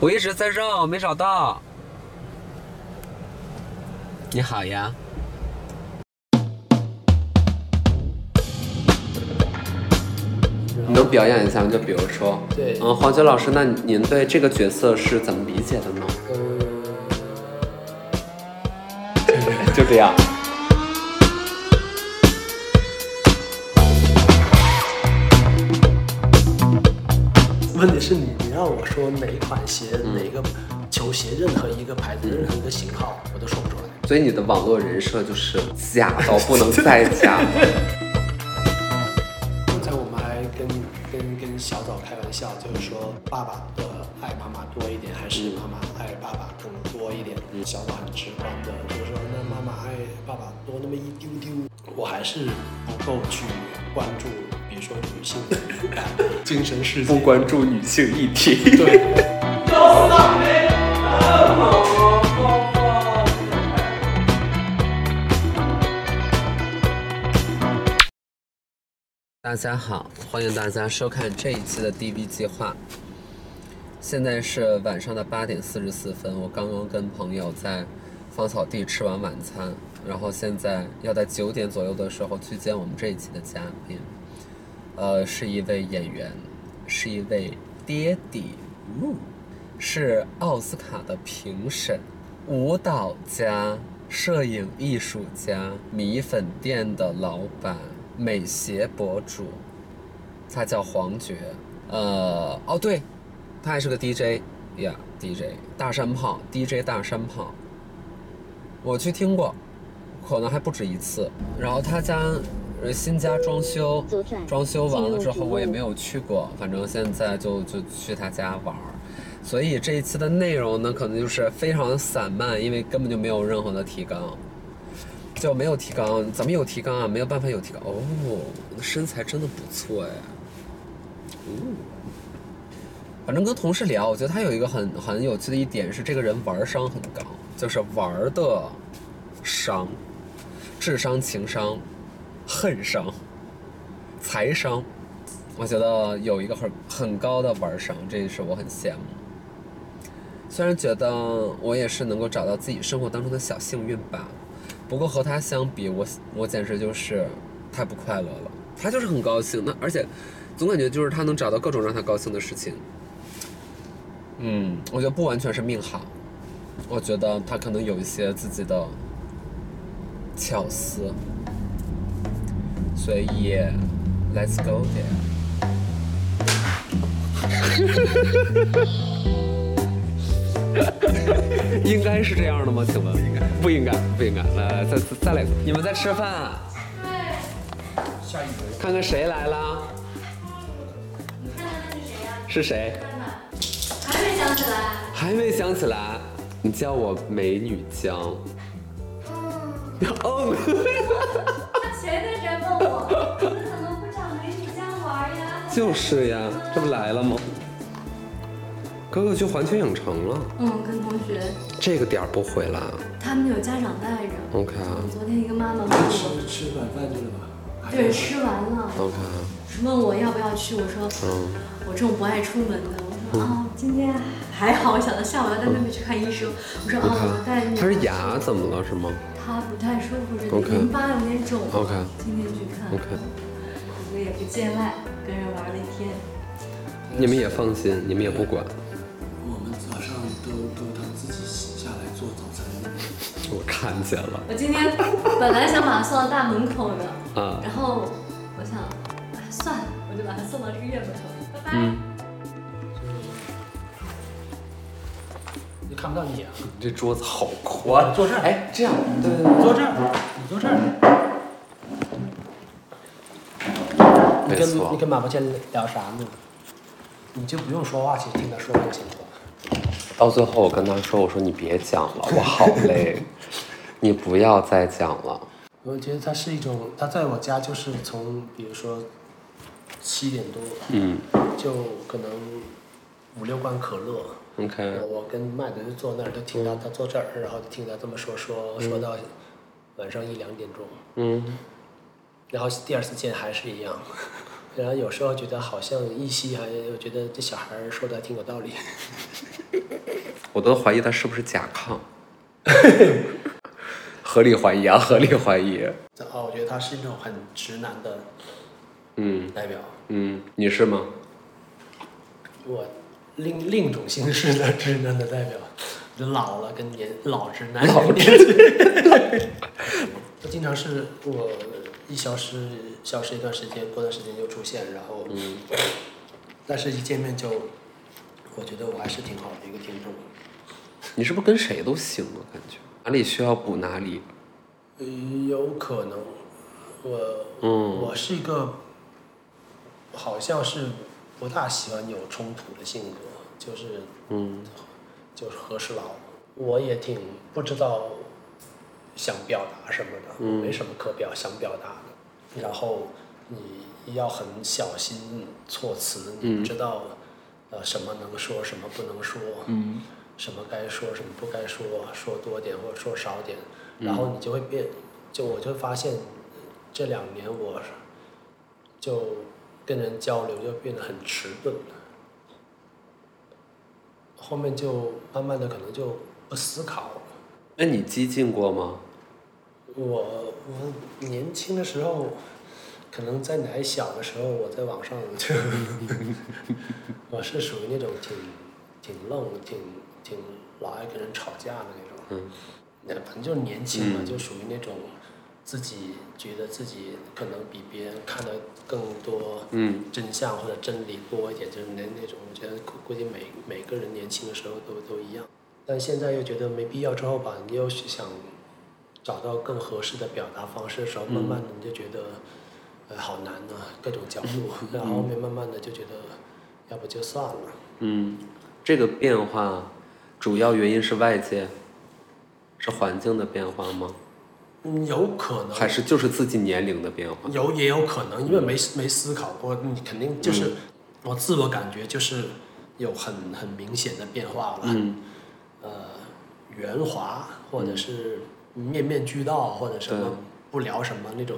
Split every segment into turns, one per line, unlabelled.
我一直在绕，没找到。你好呀。你能表演一下吗？就比如说，
对
嗯，黄觉老师，那您对这个角色是怎么理解的呢？呃 就这样。
问题是你，你让我说哪一款鞋、哪个球鞋、任何一个牌子、任何一个型号，我都说不出来。
所以你的网络人设就是假到不能再 假。
刚才我们还跟跟跟小枣开玩笑，就是说爸爸的爱妈妈多一点，还是妈妈爱爸爸更多一点？小枣很直观的，就是说那妈妈爱爸爸多那么一丢丢，我还是不够去关注，比如说女性的精神世界。
不 关注女性议题。
对，
大家好，欢迎大家收看这一期的 DB 计划。现在是晚上的八点四十四分，我刚刚跟朋友在芳草地吃完晚餐，然后现在要在九点左右的时候去见我们这一期的嘉宾，呃，是一位演员，是一位爹地，嗯是奥斯卡的评审、舞蹈家、摄影艺术家、米粉店的老板、美鞋博主，他叫黄觉。呃，哦对，他还是个 DJ 呀、d j 大山炮，DJ 大山炮，我去听过，可能还不止一次。然后他家呃新家装修
左转，
装修完了之
进
后
入主
我也
路
没有去过，反正现在就就去他家玩儿。所以这一期的内容呢，可能就是非常散漫，因为根本就没有任何的提纲，就没有提纲，怎么有提纲啊？没有办法有提纲哦，身材真的不错哎，哦，反正跟同事聊，我觉得他有一个很很有趣的一点是，这个人玩商很高，就是玩的商，智商、情商、恨商、财商。我觉得有一个很很高的玩赏，这是我很羡慕。虽然觉得我也是能够找到自己生活当中的小幸运吧，不过和他相比，我我简直就是太不快乐了。他就是很高兴，那而且总感觉就是他能找到各种让他高兴的事情。嗯，我觉得不完全是命好，我觉得他可能有一些自己的巧思，所以 let's go there。应该是这样的吗？请问，应该不应该？不应该。来，再次再来一次。你们在吃饭、啊？看看谁来了？是谁？
还没想起来，
还没想起来。你叫我美女江。哦，
前段时间问我，你们怎么不找美女家玩呀？
就是呀，这不来了吗？哥哥去环球影城了，
嗯，跟同学，
这个点儿不回来。
他们有家长带着。
OK 啊
昨天一个妈妈问我，
吃晚饭去了吧？
对，吃完了，
，OK 啊。
问我要不要去，我说，啊
嗯
我这种不爱出门的，我说啊，今天还好，我想到下午要带妹妹去看医生，我说啊，我带
，OK。
你。
他是牙怎么了是吗
她不太舒服，这
OK
淋巴有点肿。
OK
今天去看。
？OK。
我也不见外，跟人玩了一天。
你们也放心，你们也不管。
我们早上都都他们自己洗下来做早餐。
我看见了。
我今天本来想把他送到大门口的，
啊
然后我想，哎算了，我就把他送到这个院门口，拜拜。
你看不到你啊？
这桌子好宽，
坐这儿
哎，这样，对对对，
坐这儿，你坐这儿。你
没
跟
错
你跟马伯骞聊啥呢？你就不用说话，其实听他说就行了。
到最后我跟他说，我说你别讲了，我好 累，你不要再讲了。
我觉得他是一种，他在我家就是从，比如说七点多，
嗯
就可能五六罐可乐。
，OK，
呃我跟麦德就坐那儿，就听他他坐这儿，然后就听他这么说说说到晚上一两点钟，
嗯，
然后第二次见还是一样，然后有时候觉得好像依稀还有觉得这小孩儿说的挺有道理。
我都怀疑他是不是甲亢，合理怀疑啊，合理怀疑。
哦，我觉得他是一种很直男的
嗯
代表。
嗯，你是吗？
我另另一种形式的直男的代表， 老了跟年老直男。
老
直男。我经常是我一消失消失一段时间，过段时间又出现，然后，但是一见面就，我觉得我还是挺好的一个听众。
你是不是跟谁都行啊？感觉哪里需要补哪里。
嗯有可能，我、
嗯
我是一个，好像是不大喜欢有冲突的性格，就是
嗯
就是和事佬，我也挺不知道想表达什么的，
嗯
没什么可表想表达的。然后你要很小心措辞，你不知道呃什么能说，什么不能说，
嗯
什么该说，什么不该说，说多点或者说少点，
嗯
然后你就会变，就我就发现这两年我就跟人交流就变得很迟钝了。后面就慢慢的可能就不思考了。
那你激进过吗？
我我年轻的时候，可能在你还小的时候，我在网上就， 我是属于那种挺挺愣、挺挺老爱跟人吵架的那种。那反正就是年轻嘛，
嗯
就属于那种自己觉得自己可能比别人看得更多
嗯
真相或者真理多一点，就是那那种，我觉得估估计每每个人年轻的时候都都一样。但现在又觉得没必要，之后吧，你又想找到更合适的表达方式的时候，慢慢的你就觉得，呃，好难呐、各种角度， 然后后面慢慢的就觉得，要不就算了。
嗯，这个变化主要原因是外界，是环境的变化吗？
嗯，有可能，
还是就是自己年龄的变化？
有也有可能，因为没没思考过，你肯定就是、我自我感觉就是有很很明显的变化了，
嗯
呃，圆滑或者是面面俱到或者什
对
么不聊什么那种，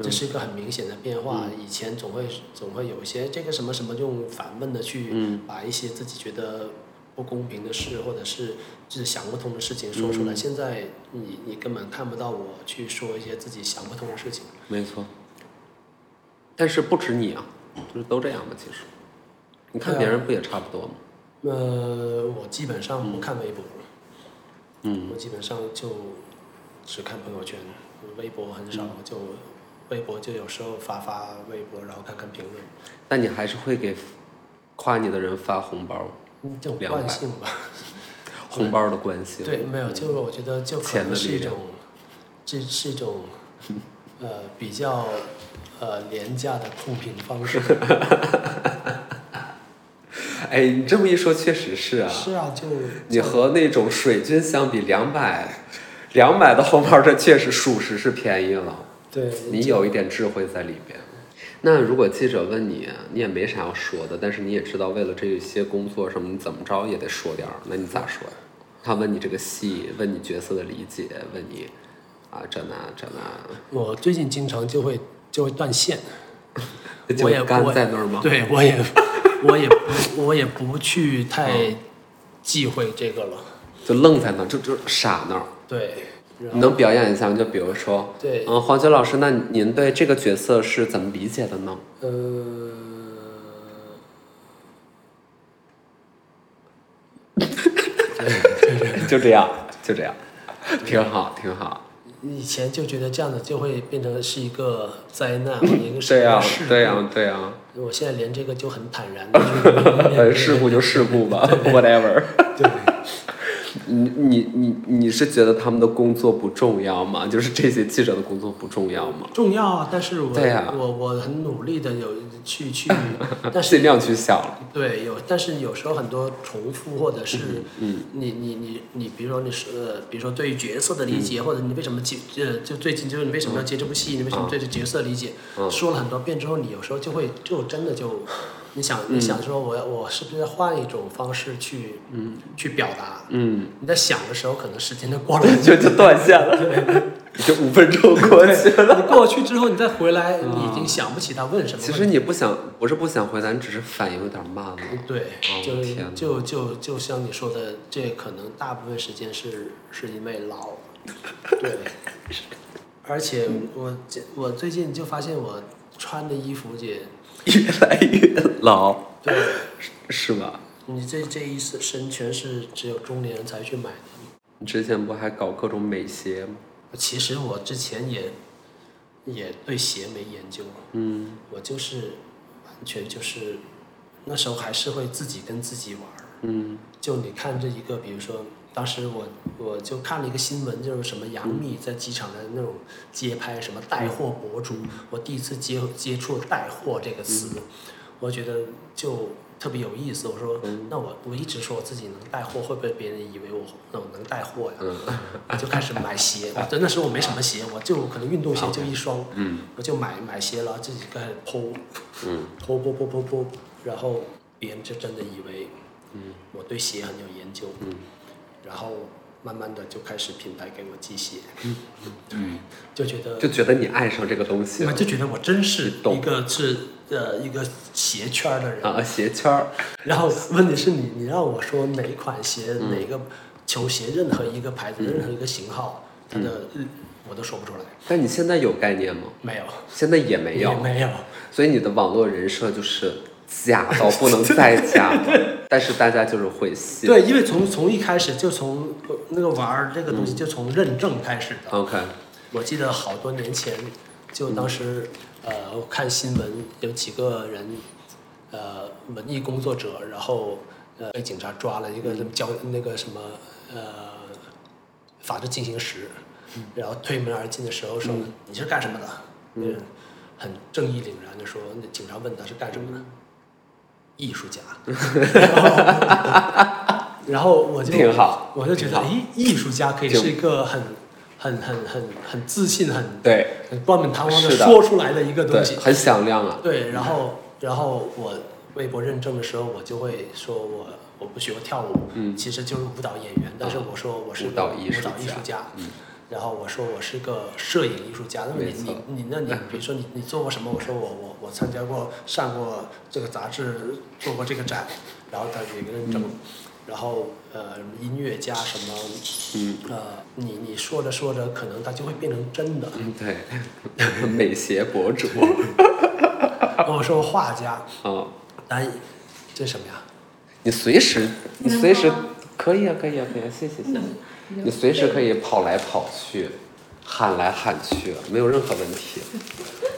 这是一个很明显的变化。
嗯
以前总会总会有一些这个什么什么用反问的去
嗯
把一些自己觉得。不公平的事，或者是就是想不通的事情说
嗯
出来。现在你你根本看不到我去说一些自己想不通的事情。
没错。但是不止你啊，就是都这样吧，其实。你看
啊
别人不也差不多吗？
呃，我基本上不看微博了，
嗯
我基本上就只看朋友圈，微博很少，
嗯
就微博就有时候发发微博，然后看看评论，
但你还是会给夸你的人发红包，
嗯这种
两
惯
百
性吧。
红包的关系。
对，没有，就是我觉得就可
嗯钱
能
的
是
力
一
量
种，这是 一种呃比较呃廉价的控评方式。
哎，你这么一说，确实是啊。
是啊，就
你和那种水军相比，两百，两百的红包，这确实属实是便宜了。
对，
你有一点智慧在里边。那如果记者问你，你也没啥要说的，但是你也知道，为了这些工作什么，你怎么着也得说点儿，那你咋说呀？他问你这个戏，问你角色的理解，问你啊这那这那，
我最近经常就会就会断线。
就
我也
干
我
在那儿吗？
对，我 也，我也不，我也不去
啊
太忌讳这个了。
就愣在那儿，就就傻那儿。
对，然
你能表演一下吗？就比如说，
对
嗯，黄觉老师，那您对这个角色是怎么理解的 呢？
呃，
就这样，就这样，挺好，挺好。
以前就觉得这样子就会变成是一个灾难，或者一个是啊
对
一
呀
个事，故。
对啊呀，对呀。
我现在连这个就很坦然的去面
呃，
对。
事故就事故吧 ，whatever。
对，
你你你你是觉得他们的工作不重要吗？就是这些记者的工作不重要吗？
重要啊！但是我、
对呀
我我很努力的有 去去，但是
尽量去想。
对，有，但是有时候很多重复，或者是，嗯，你你你你，比如说你是，呃比如说对于角色的理解，或者你为什么接，呃，就最近就是你为什么要接这部戏，你为什么对这角色理解，说了很多遍之后，你有时候就会就真的就，你想你想说我要我是不是要换一种方式去，嗯，去表达，
嗯，
你在想的时候，可能时间就过了很久，
就就断线了。就五分钟过去了。
你过去之后，你再回来，你已经想不起他问什么
其
问
实
题。
你不想，不是不想回答，你只是反应有点慢了。
对，就
哦天哪
就就就像你说的，这可能大部分时间是是因为 老了，对。而且我这我最近就发现我穿的衣服也，
越来越老，
对
是吧？
你这这一身全是只有中年人才去买的。
你之前不还搞各种美鞋吗？
其实我之前也也对鞋没研究，
嗯，
我就是完全就是那时候还是会自己跟自己玩儿。
嗯
就你看这一个，比如说，当时我我就看了一个新闻，就是什么杨幂在机场的那种街拍，什么带货博主，我第一次接接触“带货”这个
嗯
词，我觉得就特别有意思。我说，
嗯
那我我一直说我自己能带货，会不会别人以为我那我能带货呀？
嗯
我就开始买鞋，我真的时候我没什么鞋，我就可能运动鞋就一双，
嗯
我就买买鞋了，自己开始剖
嗯
剖剖剖剖剖，然后别人就真的以为我对鞋很有研究，
嗯
然后慢慢的就开始品牌给我寄鞋，
嗯，
就觉得
就觉得你爱上这个东西
我
了
就觉得我真是
懂
一个是呃一个鞋圈儿的人。
啊，鞋圈儿，
然后问题是你你让我说哪一款鞋、
嗯
哪个球鞋任何一个牌子、任何一个型号，它的、
嗯
我都说不出来，
但你现在有概念吗？
没有，
现在也没
也
有，
没有。
所以你的网络人设就是假到不能再假 了但是大家就是会信。
对，因为从从一开始就从呃那个玩儿这个
嗯
东西就从认证开始的。
，OK，
我记得好多年前，就当时、呃，我看新闻有几个人，呃，文艺工作者，然后呃被警察抓了一个什么交那个什么呃，法制进行时，然后推门而进的时候说、你是干什么的？嗯，很正义凛然的说，那警察问他是干 什么的，艺术家。 然后我就
挺好
我就觉得，
挺好
咦，艺术家可以
挺
是一个很很很很很自信、很
对，
很冠冕堂皇的
是的
说出来的一个东
对
西，。
很响亮啊，
对，然后然后我微博认证的时候，我就会说我我不学过跳舞，
嗯
其实就是舞蹈演员，但是我说我是
舞
个
蹈艺
艺
术家
术家，
嗯
然后我说我是个摄影艺术家。那么
没
你
错
你你那你 比如说你你做过什么？我说我我我参加过上过这个杂志，做过这个展，然后他有一个认证，然后呃音乐家什么，
嗯
呃你你说着说着，可能它就会变成真的。
嗯，对， 美鞋博 主
然后我说画家，
啊，
但这是什么呀？
你随时，你
能
随时
吗嗯
可以啊，可以啊，可以啊，谢谢谢谢，你随时可以跑来跑去，喊来喊去，没有任何问题。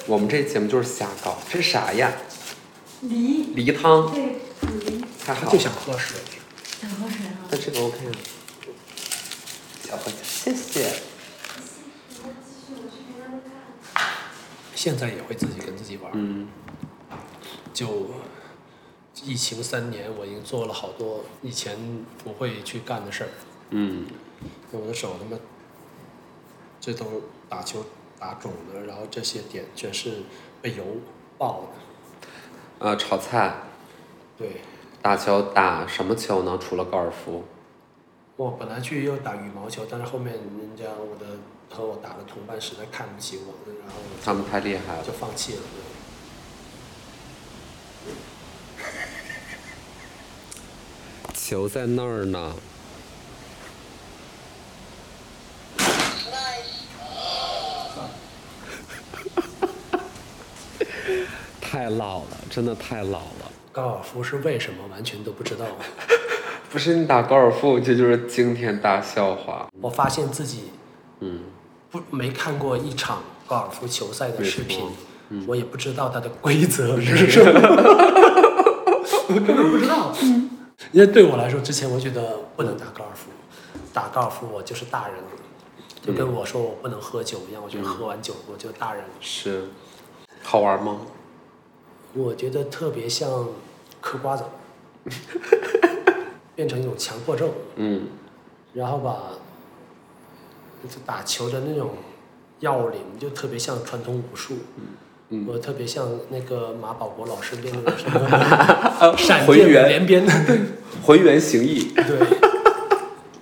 我们这节目就是瞎搞，这是啥呀？
梨，
梨汤，
对，梨，
太好
他
了，
就想嗯喝水。
想喝水啊？
那这个 OK 啊，小喝谢谢。
现在也会自己跟自己玩儿。
嗯，
就疫情三年，我已经做了好多以前不会去干的事儿。
嗯，
我的手他妈，这都打球打肿了，然后这些点全是被油爆的。
呃，炒菜、
对，
打球打什么球呢？除了高尔夫，
我本来去又打羽毛球，但是后面人家我的和我打的同伴实在看不起我，然后我
他们太厉害了
就。放弃了。
球在那儿呢。 太老了，真的太老了。
高尔夫是为什么完全都不知道。
不是你打高尔夫，这就是惊天大笑话。
我发现自己
嗯，
不没看过一场高尔夫球赛的视频
没错，嗯
我也不知道它的规 则是什么，我根本不知道。因为对我来说，之前我觉得不能打高尔夫，打高尔夫我就是大人了，就跟
嗯
我说我不能喝酒一样，我觉得喝完酒我就大人了。
是，好玩吗？
我觉得特别像嗑瓜子儿， 变成一种强迫症。
嗯
然后吧，就打球的那种要领就特别像传统武术，
嗯
我特别像那个马保国老师练那种什 么闪
回
电
旋
连鞭，
浑圆形意。
对，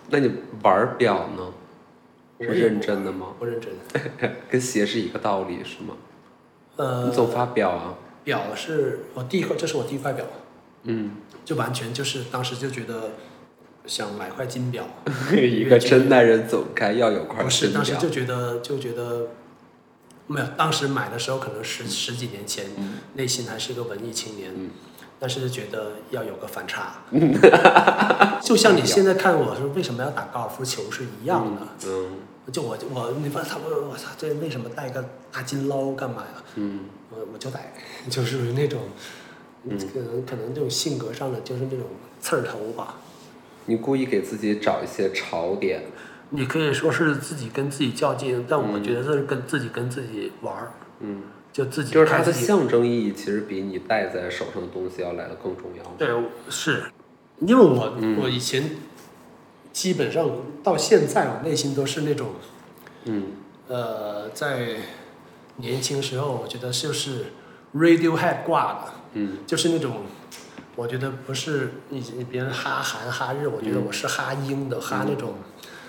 那你玩表呢？
我
是认真的吗
我认真的。
跟鞋是一个道理是吗？
呃，
你总发表 啊，
表是我第一块，这是我第一块表，
嗯，
就完全就是当时就觉得想买块金表，
一个真男人走开要有块
不哦是
真
当时
表
就，觉得就觉得没有，当时买的时候可能十十几年前，
嗯
内心还是个文艺青年，但是就觉得要有个反差，
嗯
就像你现在看我说为什么要打高尔夫球是一样的，
嗯
就我我你问他我我操这为什么戴个大金捞干嘛呀？
嗯
我我就戴，就是那种，可能可能这种性格上的就是那种刺儿头吧。
你故意给自己找一些槽点，
你可以说是自己跟自己较劲，但我觉得这是跟自己跟自己玩儿，
嗯，
就自己
就是它
开
的
自己
象征意义其实比你戴在手上的东西要来的更重要。
对，是，因为我、
嗯
我以前基本上到现在，我内心都是那种，
嗯
呃，在年轻时候，我觉得就是 Radiohead 挂的，
嗯，
就是那种，我觉得不是你你别人哈韩哈日，我觉得
嗯
我是哈英的，哈那种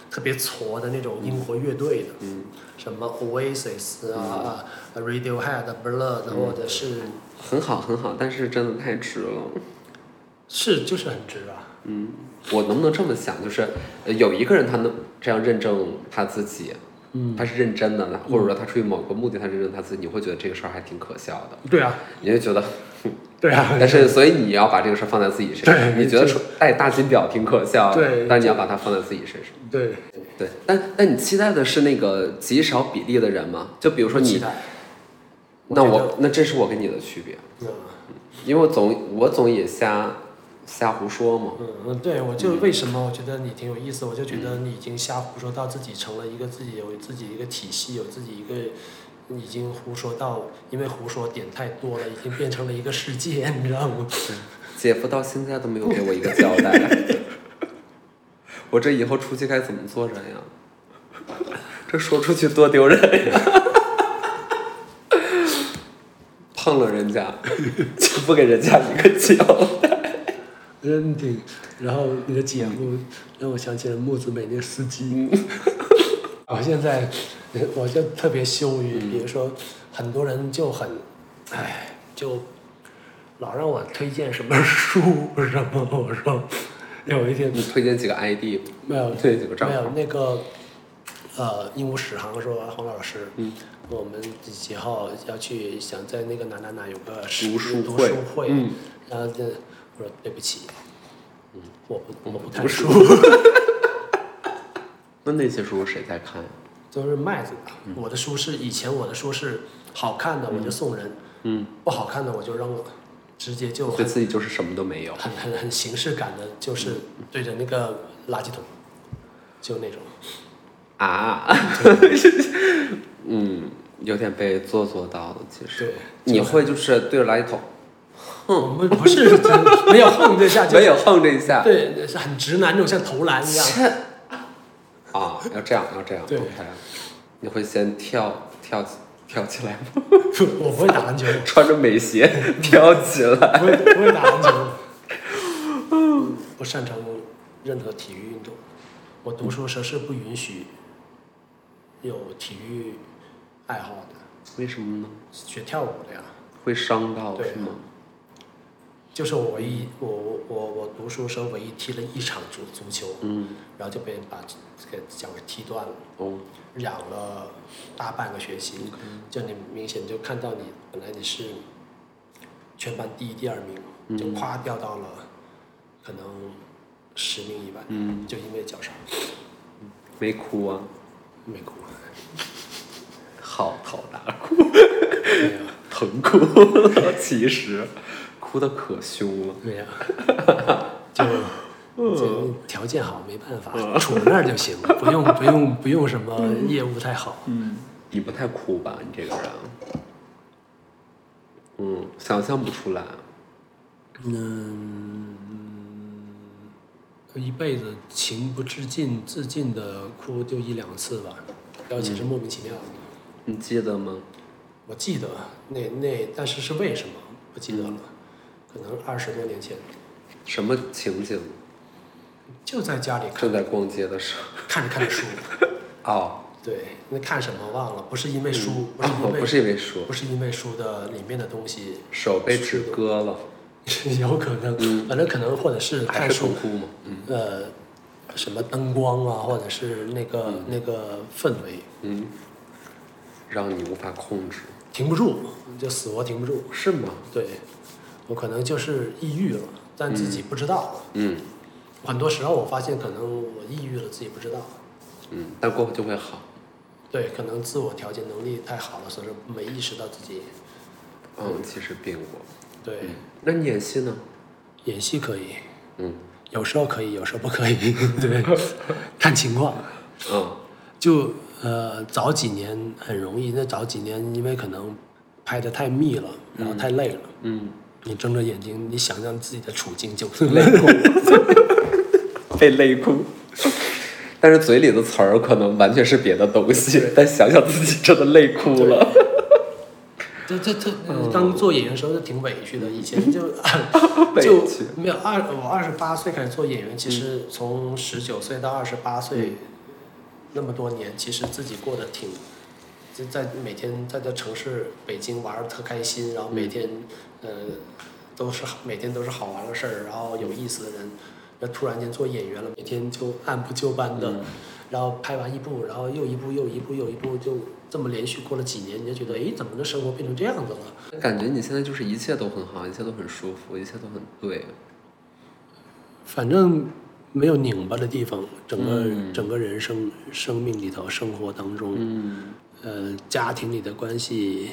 特别挫的那种英国乐队的，
嗯
什么 Oasis 啊、Radiohead、Blur 或
嗯
者是
很好很好，但是真的太值了。
是就是很值啊，
我能不能这么想？就是呃有一个人他能这样认证他自己，
嗯，
他是认真的，或者说他出于某个目的，他认证他自己，你会觉得这个事儿还挺可笑的，
对啊，
你会 觉得，
对啊，
但是所以你要把这个事儿放在自己身上，
对
你觉得
就
出戴大金表挺可笑的
对，
但你要把它放在自己身上。
对，
对，但但你期待的是那个极少比例的人吗？就比如说
期
你，
待，
那
我觉
我那这是我跟你的区别，
嗯
因为我总我总也瞎瞎胡说嘛。
嗯，对，我就为什么我觉得你挺有意思，我就觉得你已经瞎胡说到自己成了一个自己有自己一个体系，有自己一个。已经胡说到，因为胡说点太多了，已经变成了一个世界，你知道吗？
姐夫到现在都没有给我一个交代， 我这以后出去该怎么做人呀？这说出去多丢人呀！碰了人家，就不给人家一个交代。
嗯，挺。然后你的姐夫让我想起了木子美那司机。 我现在我就特别羞于，比如说很多人就很，唉，就老让我推荐什么书 什么，我说有一天
你推荐几个 ID？
没有
推荐几个账
没有
号？
那个，呃，鹦鹉史航说黄老师，
嗯
我们几几号要去想在那个哪哪哪有个诗
读书
读
会
书会，
嗯
然后就我说对不起，嗯我不我不
读
看
书
书，
那那些书谁在看呀？
都是麦子的。
嗯
我的书是以前我的书是好看的我就送人，
嗯，
不好看的我就扔了，直接就
对
很
自己就是什么都没有。
很很很形式感的，就是
嗯
对着那个垃圾桶，就那种。
啊， 嗯，有点被做作到了，其实。
对，
你会就是对着垃圾桶
我们不是 真的没有横对下，就
没有横着一下，
对，是很直男那种，像投篮一样。
切啊，要这样，要这样
对
，OK。你啊会先跳跳起跳起来吗？
我不会打篮球，
穿着美 鞋跳起来，
不会不会打篮球，不擅长任何体育运动。我读书时是不允许有体育爱好的，
为什么呢？
学跳舞的呀。
会伤到
对
是吗？
就是我唯一，我我我我读书时候唯一踢了一场足足球，
嗯，
然后就被人把这个脚给踢断了。
哦，
养了大半个学期，就你明显就看到你本来你是全班第一、第二名，就咵掉到了可能十名以外，
嗯
就因为脚伤
没哭啊，
没哭，
好好大哭，
没有，
疼哭了，其实哭的可啊凶了。
没有， 就就条件好没办法，杵那儿就行，不用不用不用什么业务太好，
嗯，你不太哭吧？你这个人，嗯，想象不出来。
嗯，一辈子情不自禁、自禁的哭就一两次吧，
嗯
然后其实莫名其妙。
你记得吗？
我记得那那，但是是为什么不记得了？
嗯
可能二十多年前，
什么情景？
就在家里看
正在逛街的时候。
看着看着书，
哦，
对，那看什么忘了，不是因为书，不是因
哦，
为、
不是因为书
不，是因为书的里面的东西，
手被纸割了，
有可能，反正可能或者是
嗯还
看
是
书
痛，哭吗？嗯
呃，什么灯光啊，或者是那个、那个氛围，
嗯，让你无法控制，
停不住，就死活停不住。
是吗？
对，我可能就是抑郁了，但自己不知道。
嗯
很多时候我发现，可能我抑郁了，自己不知道。
嗯，但过后就会好。
对，可能自我调节能力太好了，所以说没意识到自己。
嗯，其实并不。
对，
嗯，那你演戏呢？
演戏可以，
嗯
有时候可以，有时候不可以。 对，看情况。
嗯
就呃，早几年很容易，那早几年因为可能拍的太密了，然后太累了，
嗯，
你睁着眼睛，你想象自己的处境 就累哭。
被累哭。但是嘴里的词儿可能完全是别的东西，但想想自己真的累哭了。
这这这，刚做演员的时候就挺委屈的。以前就
委
就
屈
没有二，我二十八岁开始做演员，其实从十九岁到二十八岁，那么多年，其实自己过得挺，就在每天在这城市北京玩的特开心，然后每天，呃，都是好每天都是好玩的事儿，然后有意思的人，那突然间做演员了，每天就按部就班的。然后拍完一部，然后又一部，又一部，又一部，就这么连续过了几年，你就觉得，诶，怎么这生活变成这样子了？
感觉你现在就是一切都很好，一切都很舒服，一切都很对。
反正没有拧巴的地方，整个、整个人生生命里头、生活当中，
嗯，
呃，家庭里的关系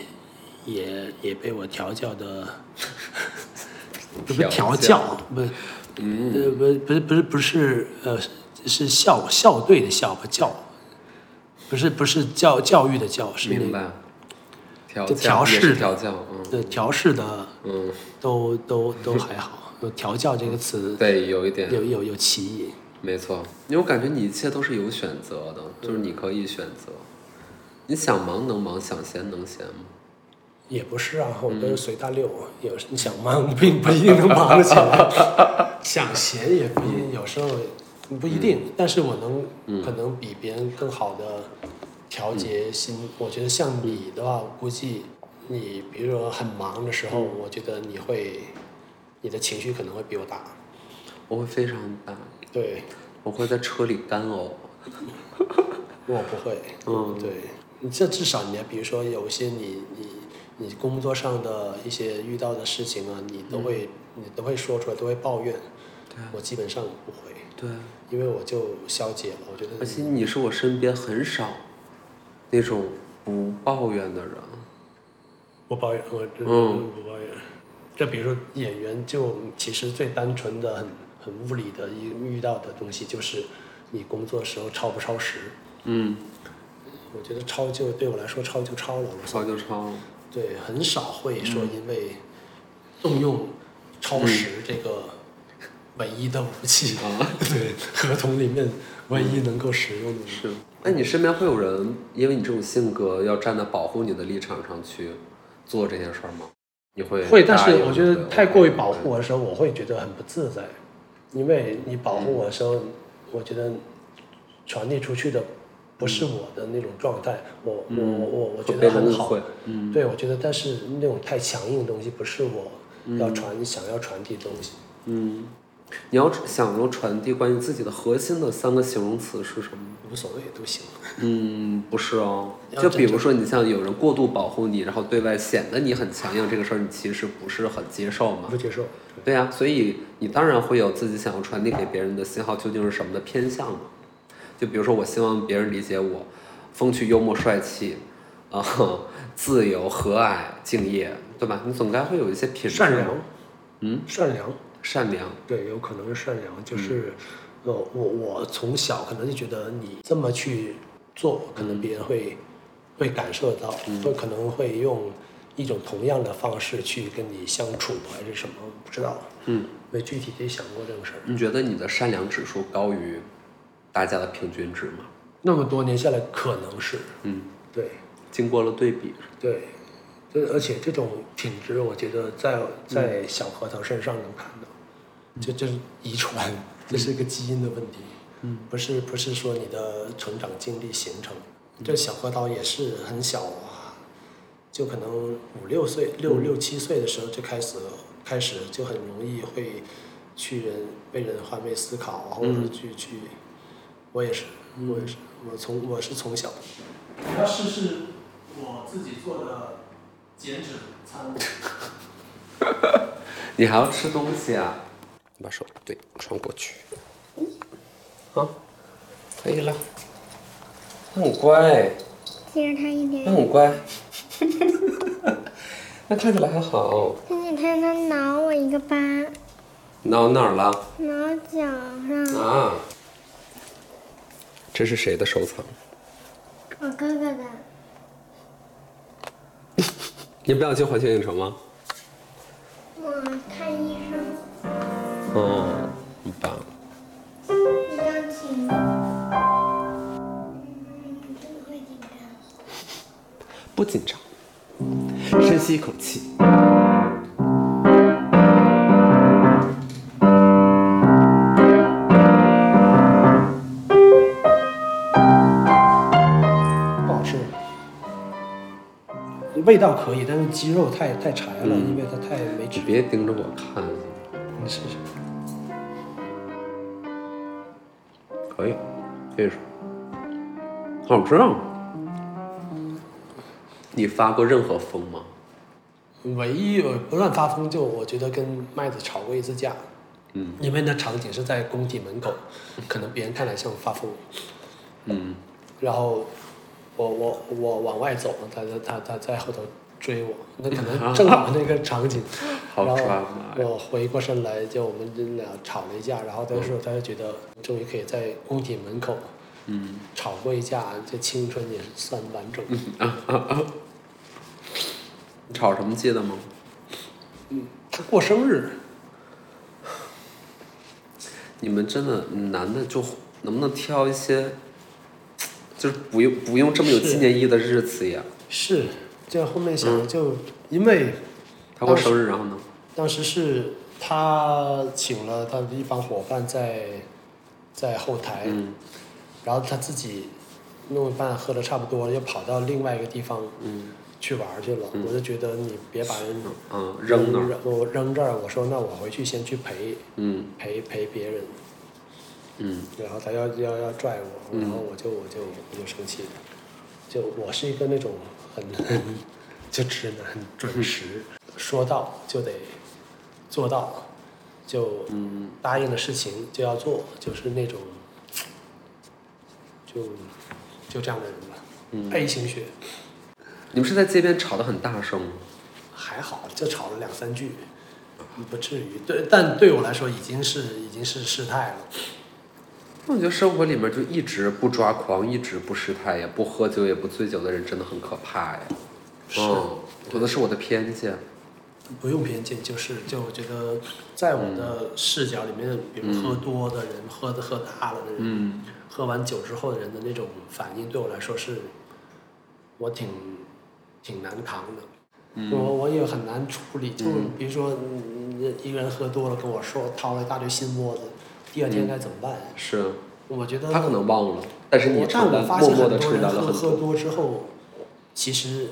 也也被我调教的，不是调
调嗯
教，不，呃，不不是不是不是呃，是校校队的校吧教，不是不是教教育的教，是
明
那
白。调
就
教
调
也
试
是
的
调教，嗯
对调试的
嗯，
都都都还好，调教这个词
对，有一点
有有有歧义。
没错，因为我感觉你一切都是有选择的，就是你可以选择，你想忙能忙，想闲能闲吗？
也不是啊，我都是随大溜，有时你想忙并不一定能忙得起来，想闲也不一定，有时候不一定，但是我能、可能比别人更好的调节心。我觉得像你的话，我估计你比如说很忙的时候，我觉得你会你的情绪可能会比我大，
我会非常大，
对
我会在车里干呕。
我不会，
嗯
对，你这至少你比如说有些你你你工作上的一些遇到的事情啊，你都会、
嗯
你都会说出来，都会抱怨。
啊
我基本上不会，
对，
因为我就消解了。我觉
而
得
且你是我身边很少那种不抱怨的人。
我抱怨，我真的
嗯
不抱怨。这比如说演员，就其实最单纯的、很很物理的一遇到的东西，就是你工作时候超不超时。
嗯，
我觉得超就对我来说超就超了，我
超就超了。
对，很少
嗯
会说因为动用超时这个唯一的武器，
啊
对合同里面唯一能够使用的。
是，那你身边会有人因为你这种性格要站在保护你的立场上去做这件事儿吗？你会
会，但
答
是
应
我觉得
对嗯
太过于保
对
护我的时候，我会觉得很不自在，因为你保护我的时
嗯
候，我觉得传递出去的不是我的那种状态，我我我我我
嗯
觉
会被人
得很
误
好
会，。嗯，
对我觉得，但是那种太强硬的东西不是我要传想要传递的东西。
嗯，你要想要传递关于自己的核心的三个形容词是什么？
无所谓都行，
嗯，不是哦，
要
就
真
比如说你像有人过度保护你，然后对外显得你很强硬，这个事儿你其实不是很接受嘛
不？接受。
对呀、所以你当然会有自己想要传递给别人的信号究竟是什么的偏向嘛？就比如说，我希望别人理解我，风趣、幽默、帅气，啊、自由、和蔼、敬业，对吧？你总该会有一些品质，
善良，
嗯，
善良，
善良，
对，有可能是善良，就是，
嗯
呃，我我从小可能就觉得你这么去做，可
嗯
能别人会、会感受到，会可能会用一种同样的方式去跟你相处，还是什么，不知道，
嗯，
没具体地想过这个事儿。
你觉得你的善良指数高于大家的平均值吗？
那么多年下来，可能是，
嗯，
对
经过了对比，
对，对，而且这种品质，我觉得在
嗯
在小核桃身上能看到，这这是遗传，这是一个基因的问题，嗯，不是不是说你的成长经历形成，这小河岛也是很小啊，就可能五六岁、六
嗯
六七岁的时候就开始开始就很容易会去人被人换位思考，啊或者
嗯
去去，我也是，我也是，我从我是从小
我要试试我自己做的减脂餐。
你还要吃东西啊？
把手对穿过去，嗯
啊，可以了。那很乖，
其实他一
那
点，
很乖。 那看起来还好。
而且嗯他能挠我一个疤，
挠哪儿了？
挠脚上，
啊，这是谁的收藏？
我哥哥的，
你不要去环球影城吗？
我看医生，
嗯，很棒。
你要紧张，嗯，真的会紧张，
不紧张，深吸一口气。
不好吃。味道可以，但是鸡肉太太柴了，因为它太没
你
脂
别盯着我看，
你试试。
可以，可以说，好吃啊。你发过任何疯吗？
唯一我不乱发疯就我觉得跟麦子吵过一次架，嗯，因为那场景是在工体 门口，可能别人看来像发疯，
嗯，
然后我我我往外走了，他他他他在后头追我，那可能正好那个场景，
好
然后
抓马呀
我回过身来，就我们俩吵了一架，然后他说他就觉得终于可以在工体门口，嗯，吵过一架，这青春也算完整。
吵什么记得吗？
他过生日，
你们真的男的就能不能挑一些，就是不用不用这么有纪念意义的日子呀？
是，这后面
嗯
想就、因为
他过生日然后呢？
当时是他请了他的一帮伙伴在在后台，
嗯
然后他自己弄一半喝的差不多了，又跑到另外一个地方
嗯
去玩儿去了。我就觉得你别把人
嗯，扔那儿，
我扔这儿，我说那我回去先去陪
嗯
陪陪别人，
嗯
然后他要要要拽我，然后我就我就我就生气了，就我是一个那种很 很就直男，很准时，说到就得做到，就
嗯，
答应的事情就要做，就是那种就就这样的人吧、a 型血
你们是在街边吵得很大声吗？
还好，就吵了两三句，不至于。对，但对我来说已经是已经是事态了。
我觉得生活里面就一直不抓狂，一直不失态，也不喝酒，也不醉酒的人真的很可怕呀。
是
嗯，可能是我的偏见。
不用偏见，就是就我觉得，在我的视角里面，比如喝多的人、喝的喝大了的人、
嗯
喝完酒之后的人的那种反应，对我来说是，我挺挺难扛的。
嗯
我我也很难处理，就比如说、嗯、一个人喝多了跟我说掏了一大堆心窝子，第二天该怎么办？
是
我觉得
嗯他可能忘了，但是哎你
我但
承
我
担，
发
默
现
默
很
的
多
承
人
担了
喝
很
喝
多。
多之后，其实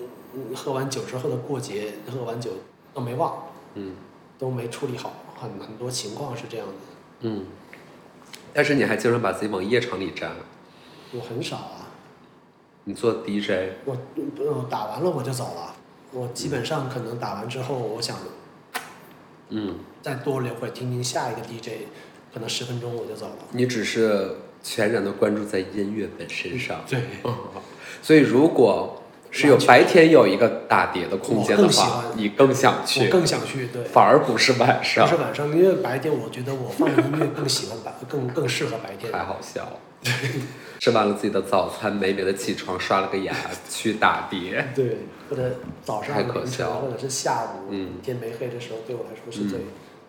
嗯嗯喝完酒之后的过节，喝完酒都没忘，
嗯
都没处理好，很很多情况是这样的。
嗯，但是你还经常把自己往夜场里站，
我很少啊，
你做 DJ，
我我打完了我就走了，我基本上可能打完之后，我想
嗯，
再多留会儿听听下一个 DJ，可能十分钟我就走了。
你只是全然的关注在音乐本身上。
对，
所以如果是有白天有一个打碟的空间的
我更喜
话
欢，
你更想
我
去，
更想去，对，
反而不是晚
不
上
是，晚上，因为白天我觉得我放音乐更喜欢白，更更适合 白天。
还好笑。吃完了自己的早餐，美美的起床，刷了个 牙，去打碟。
对，或者早上
太可
凌晨
笑了
或者是下午、
嗯
天没黑的时候，对我来说是最、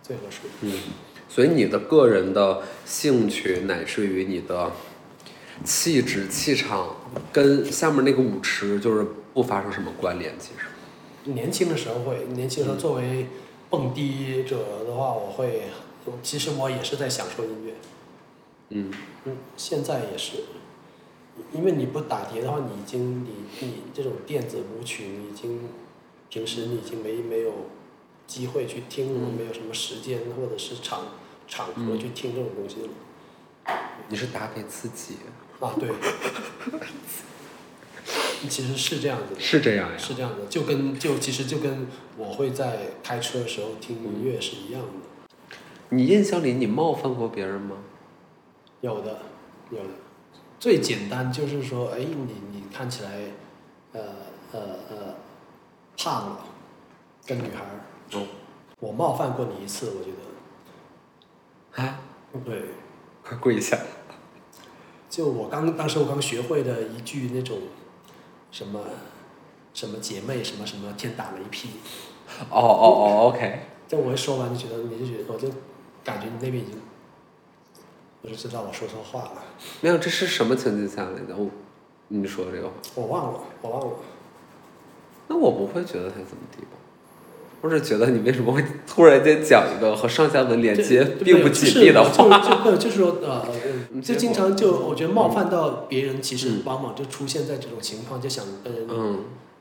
最合适的。嗯，
所以你的个人的兴趣，乃至于你的气质、气场，跟下面那个舞池就是不发生什么关联。其实，
年轻的时候会，年轻的时
嗯
候作为蹦迪者的话，我会，其实我也是在享受音乐。
嗯
嗯，现在也是，因为你不打碟的话，你已经你你这种电子舞曲，你已经平时你已经没没有机会去听
嗯
了，没有什么时间或者是场场合去听这种东西了。
你是打给自己，
啊，对， 其实是这样子的。
是这样呀？
是这样的，就跟就其实就跟我会在开车的时候听音乐是一样的，
你印象里你冒犯过别人吗？
有的，有的。最简单就是说，哎，你你看起来，呃呃呃，胖了，跟女孩儿，
哦
我冒犯过你一次，我觉得，
啊，
对，
快跪下！
就我刚当时我刚学会的一句那种，什么什么姐妹什么什么天打雷劈，
哦哦哦，OK，
但我一说完就觉得，你就觉得，我就感觉你那边已经，我就知道我说错话了，
没有，这是什么情境下来的？我，你说这个话，
我忘了，我忘了，
那我不会觉得他怎么地吧？我只是觉得你为什么会突然间讲一个和上下文连接
就
并不紧密的话？，
就没有就是就就没有就是说呃，
嗯
呃就
结
经
果
常就我觉得冒犯到别人，其实
嗯
往往就出现在这种情况，就想跟人
嗯，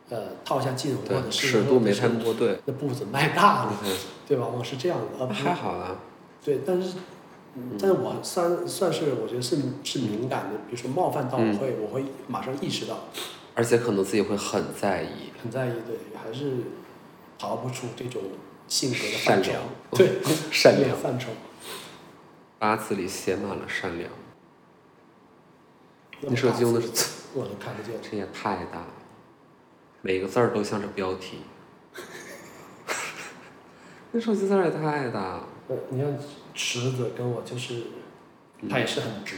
呃套一下近乎，或
对，
者是
尺度没太
太
摸对。
那步子迈大了，
OK，
对吧？往往是这样的，而不是
还好啦。
对，但是，嗯但是我算算是我觉得是是敏感的，比如说冒犯到
嗯
我会我会马上意识到。
而且可能自己会很在意。
很在意，对，还是逃不出这种性格的
善
范畴
良，
对，
善
这
良
种范畴。
八字里写满了善良，
那
你
么
手
大
机用的
字
是
我都看不见，
这也太大了，每个字儿都像是标题。 那手机字儿也太大了，
呃你看池子跟我就是，
嗯
他也是很直，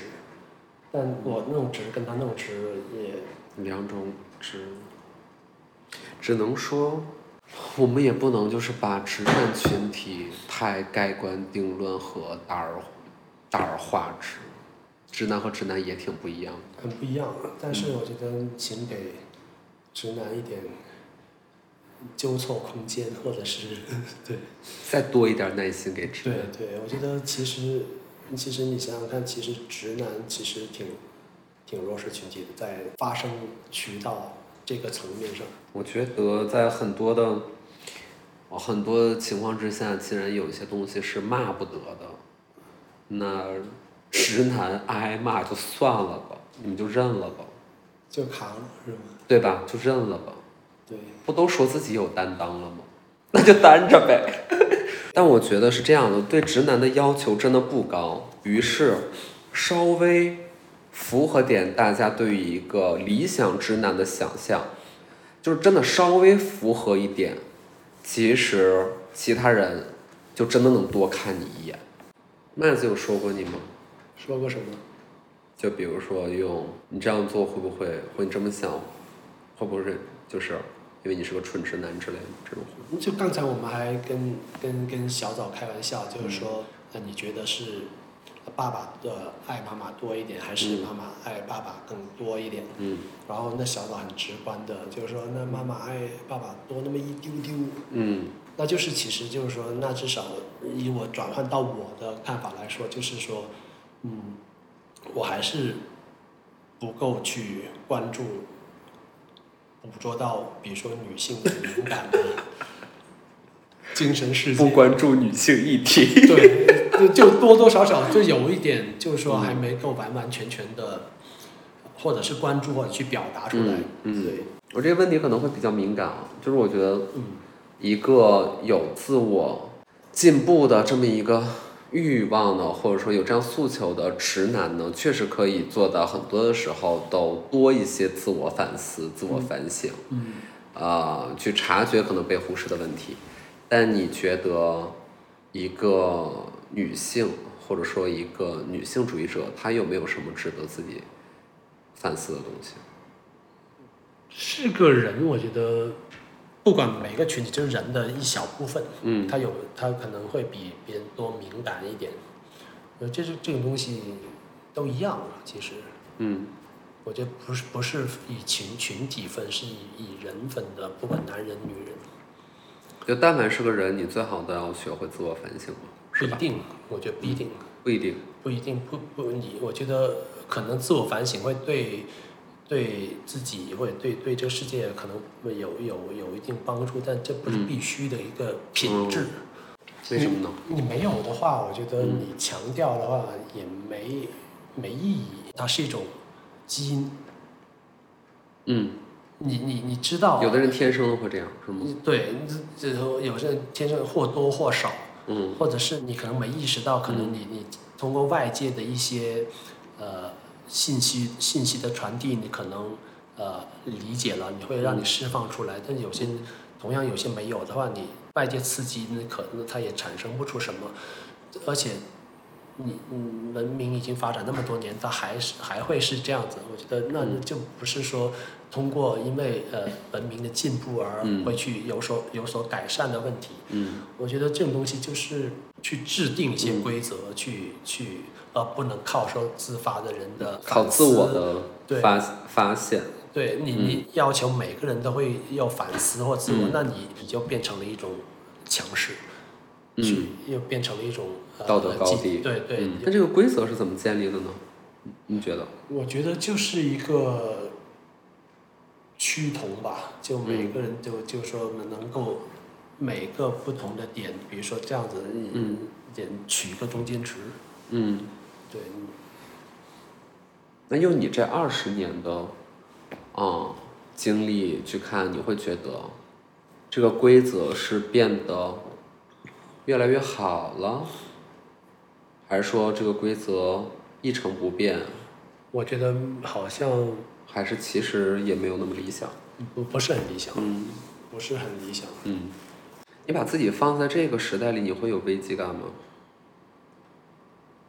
但我那种直跟他那种直也
两种只，只能说，我们也不能就是把慈善群体太盖棺定论和大而大而化之，直男和直男也挺不一样的。
很不一样，但是
嗯
我觉得请给直男一点纠错空间，或者是对。
再多一点耐心给直
对
男。
对，我觉得其实，其实你想想看，其实直男其实挺挺弱势群体的，在发声渠道这个层面上，
我觉得在很多的呃很多情况之下，既然有一些东西是骂不得的，那直男挨骂就算了吧，你们就认了吧，
就扛了是吗？
对吧？就认了吧，
对，
不都说自己有担当了吗？ 那就担着呗。 但我觉得是这样的，对直男的要求真的不高，于是稍微符合点大家对于一个理想直男的想象，就是真的稍微符合一点，其实其他人就真的能多看你一眼。麦子有说过你吗？
说过什么？
就比如说用你这样做会不会，或你这么想，会不会就是因为你是个纯直男之类的这种话？
就刚才我们还跟跟跟小枣开玩笑，就是说，那、你觉得是爸爸的爱妈妈多一点，还是
嗯
妈妈爱爸爸更多一点？
嗯
然后那小枣很直观的，就是说，那妈妈爱爸爸多那么一丢丢，
嗯
那就是其实就是说，那至少以我转换到我的看法来说，就是说，嗯，我还是不够去关注、捕捉到，比如说女性的敏感的精神世界，
不关注女性议题。
对，就就多多少少就有一点，就是说还没够完完全全的，或者是关注或者去表达出来，
嗯嗯嗯
对，
我这个问题可能会比较敏感啊，就是我觉得
嗯，
一个有自我进步的这么一个欲望呢，或者说有这样诉求的直男呢，确实可以做到很多的时候都多一些自我反思、自我反省。
嗯。
呃，去察觉可能被忽视的问题。但你觉得一个女性，或者说一个女性主义者，她有没有什么值得自己反思的东西？
是个人，我觉得不管每个群体，就是人的一小部分，
嗯
他有他可能会比别人多敏感一点。呃，这是这种东西都一样啊，其实
嗯
我觉得不是不是以群群体分，是以以人分的，不管男人女人，
就但凡是个人，你最好都要学会自我反省嘛，
不
是
一啊
吧？
定，我觉得不一定。
不一定。
不一定不不，你我觉得可能自我反省会对对自己或者对对这个世界可能会有有有一定帮助，但这不
嗯
是必须的一个
哦
品质。
为什么呢？
你没有的话，我觉
嗯
得你强调的话也没没意义，它是一种基因。
嗯，
你你你知道，
有的人天生会这样，是吗？
对，这这有些人天生或多或少，
嗯
或者是你可能没意识到，可能你你通过外界的一些呃信息信息的传递，你可能呃理解了，你会让你释放出来。但有
嗯
些同样有些没有的话，你外界刺激，那可能它也产生不出什么，而且。你嗯，文明已经发展那么多年，它还是还会是这样子。我觉得
嗯
那就不是说通过因为呃文明的进步而
嗯
会去有所有所改善的问题。
嗯
我觉得这种东西就是去制定一些规则，去去，而不能靠说自发的人的
靠
反
自我
思。
的嗯
对
发发现，
对你，你要求每个人都会要反思或自我，那你你就变成了一种强势，
嗯，
去又变成了一种、呃、
道德高低，
纪对对，
嗯那这个规则是怎么建立的呢？你觉得？
我觉得就是一个趋同吧，就
嗯
每个人就、就说能够每个不同的点，比如说这样子，
嗯，
点取一个中间值，
嗯，
对，
那用你这二十年的，嗯，经历去看，你会觉得这个规则是变得越来越好了，还是说这个规则一成不变，
我觉得好像
还是其实也没有那么理想？
不不是很理想，
嗯
不是很理想。
嗯，你把自己放在这个时代里，你会有危机感吗？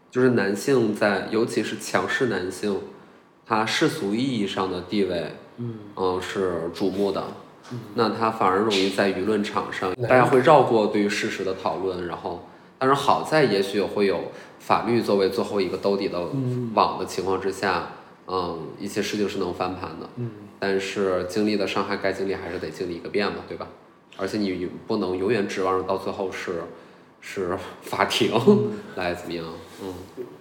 就是男性在，尤其是强势男性，他世俗意义上的地位，嗯，是瞩目的。那他反而容易在舆论场上，
嗯男
大家会绕过对于事实的讨论，然后，但是好在也许会有法律作为最后一个兜底的
嗯
网的情况之下，嗯，一些事情是能翻盘的。
嗯，
但是经历的伤害该经历还是得经历一个遍嘛，对吧？而且你不能永远指望着到最后是是法庭 来怎么样，嗯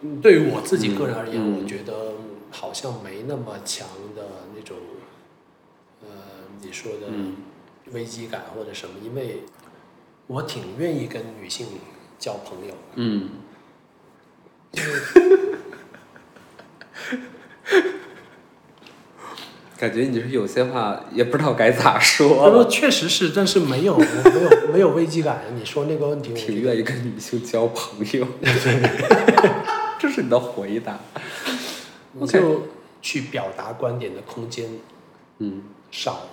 嗯对于我自己个人而言，
嗯嗯
我觉得好像没那么强的那种，呃，你说的
嗯
危机感或者什么，因为我挺愿意跟女性交朋友的。
嗯，感觉你是有些话也不知道该咋说
他说
了，
确实是，但是没有没有没有危机感。你说那个问题，我
挺
觉得
愿意跟女性交朋友， 这是你的回答，
你就去表达观点的空间
嗯，
少了。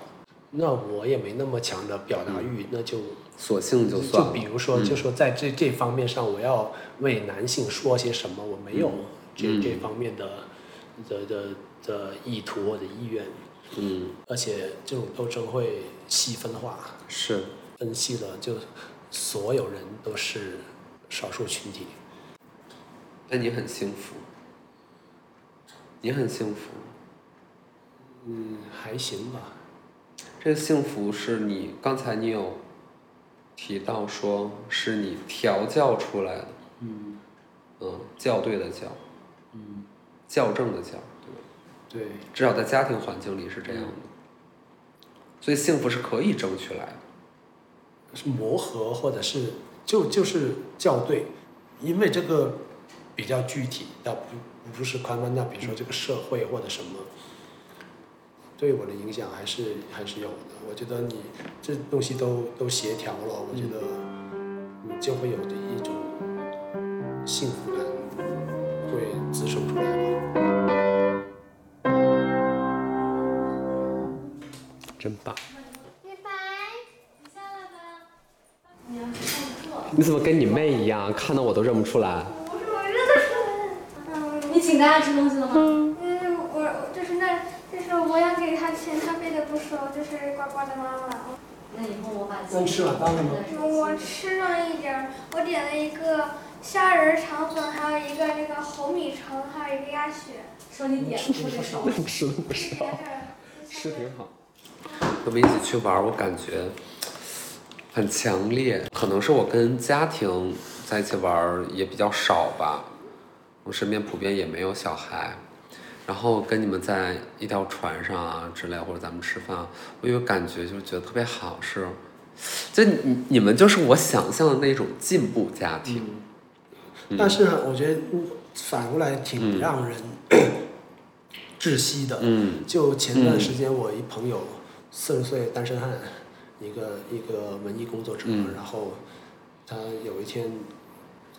那我也没那么强的表达欲，那就
索性就算了，嗯
比如说，就说在这这方面上，我要为男性说些什么，我没有这、
嗯
这方面的的的的意图或者意愿，
嗯，
而且这种斗争会细分化，
是，
分析了就所有人都是少数群体。
那你很幸福，你很幸福，
嗯，还行吧。
这个幸福是你刚才你有提到说是你调教出来的，
嗯，
嗯，校对的校，
嗯，
校正的校，对吧？
对，
至少在家庭环境里是这样的，所以幸福是可以争取来的。
是磨合或者是就就是校对，因为这个比较具体，那不不是宽泛，那比如说这个社会或者什么，对我的影响还是还是有的。我觉得你这东西都都协调了，我觉得你就会有一种幸福感会滋生出来吧。
真棒！
拜拜，你下来吧。
你要去上课，
你怎么跟你妹一样，看到我都认不出来？
不是我认识
你请大家吃东西了吗？
嗯，嗯，我就是那，就是我想给他钱，他非得不收，就是呱呱的妈妈。
那以后我把
那你吃晚饭了吗
我吃了一点儿，我点了一个虾仁儿肠粉，还有一个那个红米肠，还有一个鸭血。
说你点的特别少，
吃的不
这点事儿
吃挺好。我们一起去玩儿，我感觉很强烈，可能是我跟家庭在一起玩儿也比较少吧，我身边普遍也没有小孩，然后跟你们在一条船上啊之类，或者咱们吃饭啊，我有感觉就是觉得特别好，是，就你你们就是我想象的那种进步家庭，
但是呢，我觉得反过来挺让人 窒息的。
嗯
就前段时间，我一朋友四十岁单身汉，一个一个文艺工作者，
嗯
然后他有一天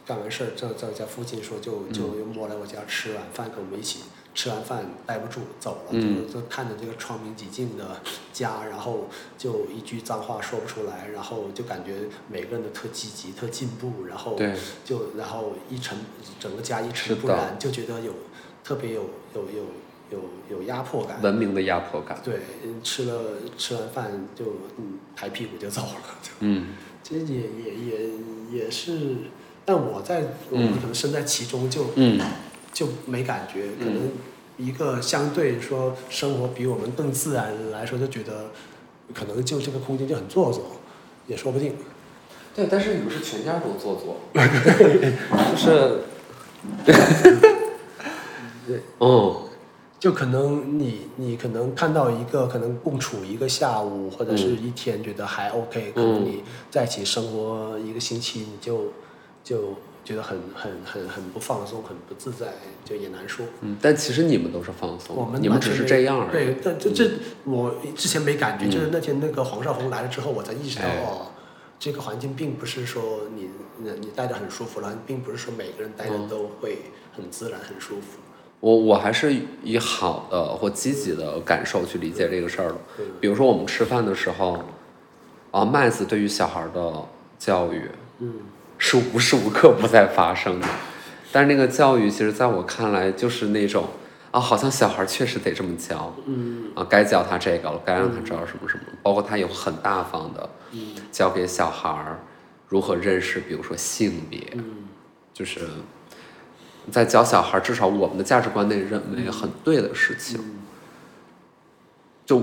干完事儿，在在我家附近说就
嗯
就又摸来我家吃晚饭，跟我们一起吃完饭待不住走了，
嗯
就就看着这个窗明几净的家，然后就一句脏话说不出来，然后就感觉每个人都特积极、特进步，然后
对，
就然后一尘整个家一
是
尘不
的
染，就觉得有特别有有有有有压迫感。
文明的压迫感，
对，嗯吃了吃完饭就嗯抬屁股就走了，就
嗯
其实也也也也是，但我在我
嗯
可能身在其中就、
嗯
就没感觉，可
嗯
能一个相对说生活比我们更自然的人来说，就觉得可能就这个空间就很做作，也说不定。
对，但是你们是全家都做 作， 就是，哦，
就可能你你可能看到一个可能共处一个下午或者是
嗯
一天，觉得还 OK，、
嗯
可能你在一起生活一个星期，你就就觉得很很很很不放松，很不自在，就也难说。
嗯，但其实你们都是放松，
我们
你们
完
只
全
是
没
这样而已，
对，但这这我之前没感觉，
嗯
就是那天那个黄少红来了之后，我才意识到、
哎
哦，这个环境并不是说你你你待着很舒服，然后并不是说每个人待着
嗯
都会很自然很舒服。
我我还是以好的或积极的感受去理解这个事儿的。
对
比如说我们吃饭的时候，啊，麦子对于小孩的教育
嗯
是无时无刻不在发生的，但是那个教育其实在我看来就是那种啊，好像小孩确实得这么教
嗯
啊，该教他这个了，该让他知道什么什么，包括他也会很大方的
嗯
教给小孩儿如何认识，比如说性别，
嗯
就是在教小孩儿，至少我们的价值观内认为很对的事情。
嗯
就，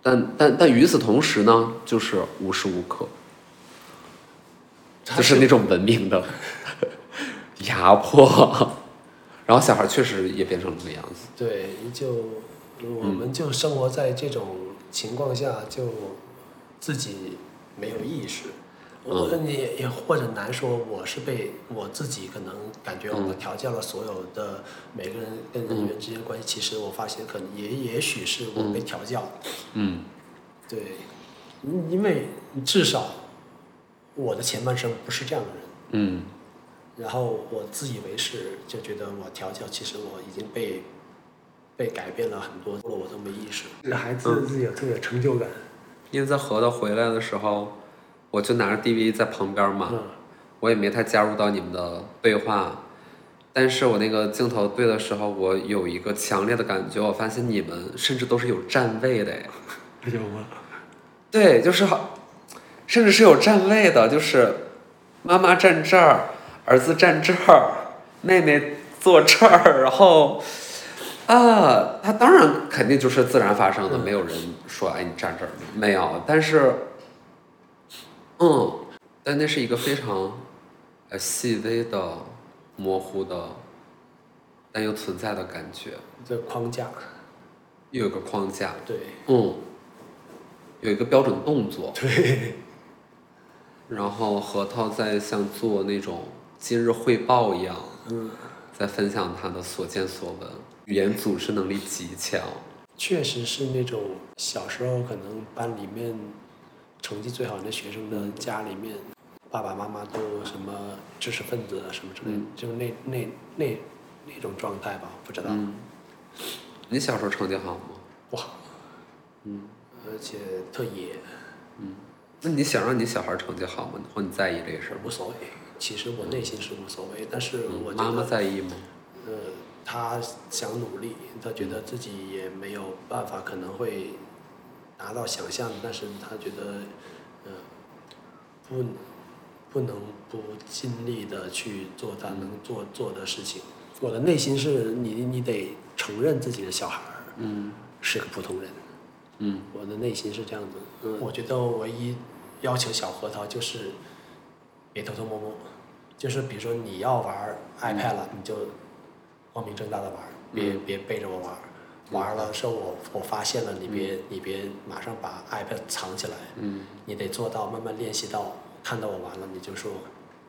但但但与此同时呢，就是无时无刻，
它
就是那种文明的 压迫。 然后小孩儿确实也变成了这个样子。
对，就我们就生活在这种情况下，就自己没有意识。我
嗯
你也或者难说，我是被我自己可能感觉我调教了所有的每个人跟人员之间的关系。其实我发现，可能也也许是我被调教。
嗯
对，因因为至少我的前半生不是这样的人。
嗯
然后我自以为是，就觉得我调教，其实我已经被被改变了很多，我都没意识。孩子自己有特别有成就感，
因为在河道回来的时候，我就拿着 DV 在旁边嘛，
嗯
我也没太加入到你们的对话，但是我那个镜头对的时候，我有一个强烈的感觉，我发现你们甚至都是有站位的呀。
有吗？
对，就是好，甚至是有站位的，就是妈妈站这儿，儿子站这儿，妹妹坐这儿，然后啊，他当然肯定就是自然发生
嗯
的，没有人说哎你站这儿没有，但是嗯，但那是一个非常呃细微的、模糊的，但又存在的感觉，
这框架，
又有个框架，
对
嗯，有一个标准动作。
对，
然后核桃在像做那种今日汇报一样，
嗯，
在分享他的所见所闻，语言组织能力极强。
确实是那种小时候可能班里面成绩最好的学生的家里面，爸爸妈妈都什么知识分子啊什么之类的，
嗯
就是那那那那种状态吧，不知道。
嗯，你小时候成绩好吗？
哇，
嗯，
而且特野，
那你想让你小孩成绩好吗？或你在意这事儿吗？
无所谓。其实我内心是无所谓，但是
嗯
我觉
妈妈
得，
在意吗？
呃，他想努力，他觉得自己也没有办法，可能会达到想象，但是他觉得，呃，不，不能不尽力的去做他能做做的事情。我的内心是你，你得承认自己的小孩儿
嗯
是个普通人。
嗯
我的内心是这样子。嗯我觉得我唯一要求小核桃就是别偷偷摸摸，就是比如说你要玩 iPad 了，你就光明正大的玩儿，别别背着我玩儿。玩了之后我我发现了，你别你别马上把 iPad 藏起来，
嗯
你得做到慢慢练习到，看到我玩了你就说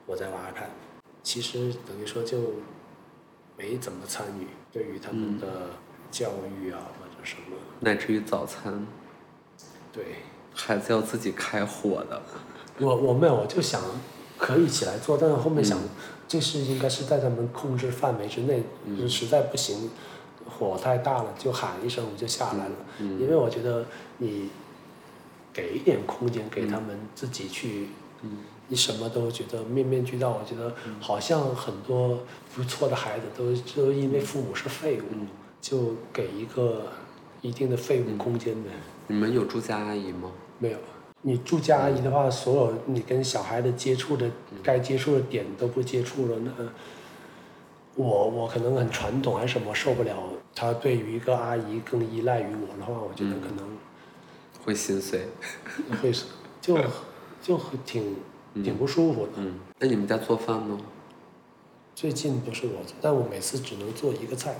我在玩 iPad。其实等于说就没怎么参与对于他们的教育啊或者什么，
乃至于早餐，
对
孩子要自己开火的。
我我没有我就想可以起来做，但是后面想、这是应该是在他们控制范围之内，就是实在不行火太大了就喊一声我就下来了，因为我觉得你给一点空间给他们自己去。你什么都觉得面面俱到，我觉得好像很多不错的孩子都都因为父母是废物，就给一个一定的废物空间呗。
你们有住家阿姨吗？
没有，你住家阿姨的话，所有你跟小孩的接触的该接触的点都不接触了，那我我可能很传统还是什么受不了，他对于一个阿姨更依赖于我的话，我觉得可能
会心碎。
会是、就就挺挺不舒服的。
嗯，那你们家做饭吗？
最近不是我做，但我每次只能做一个菜，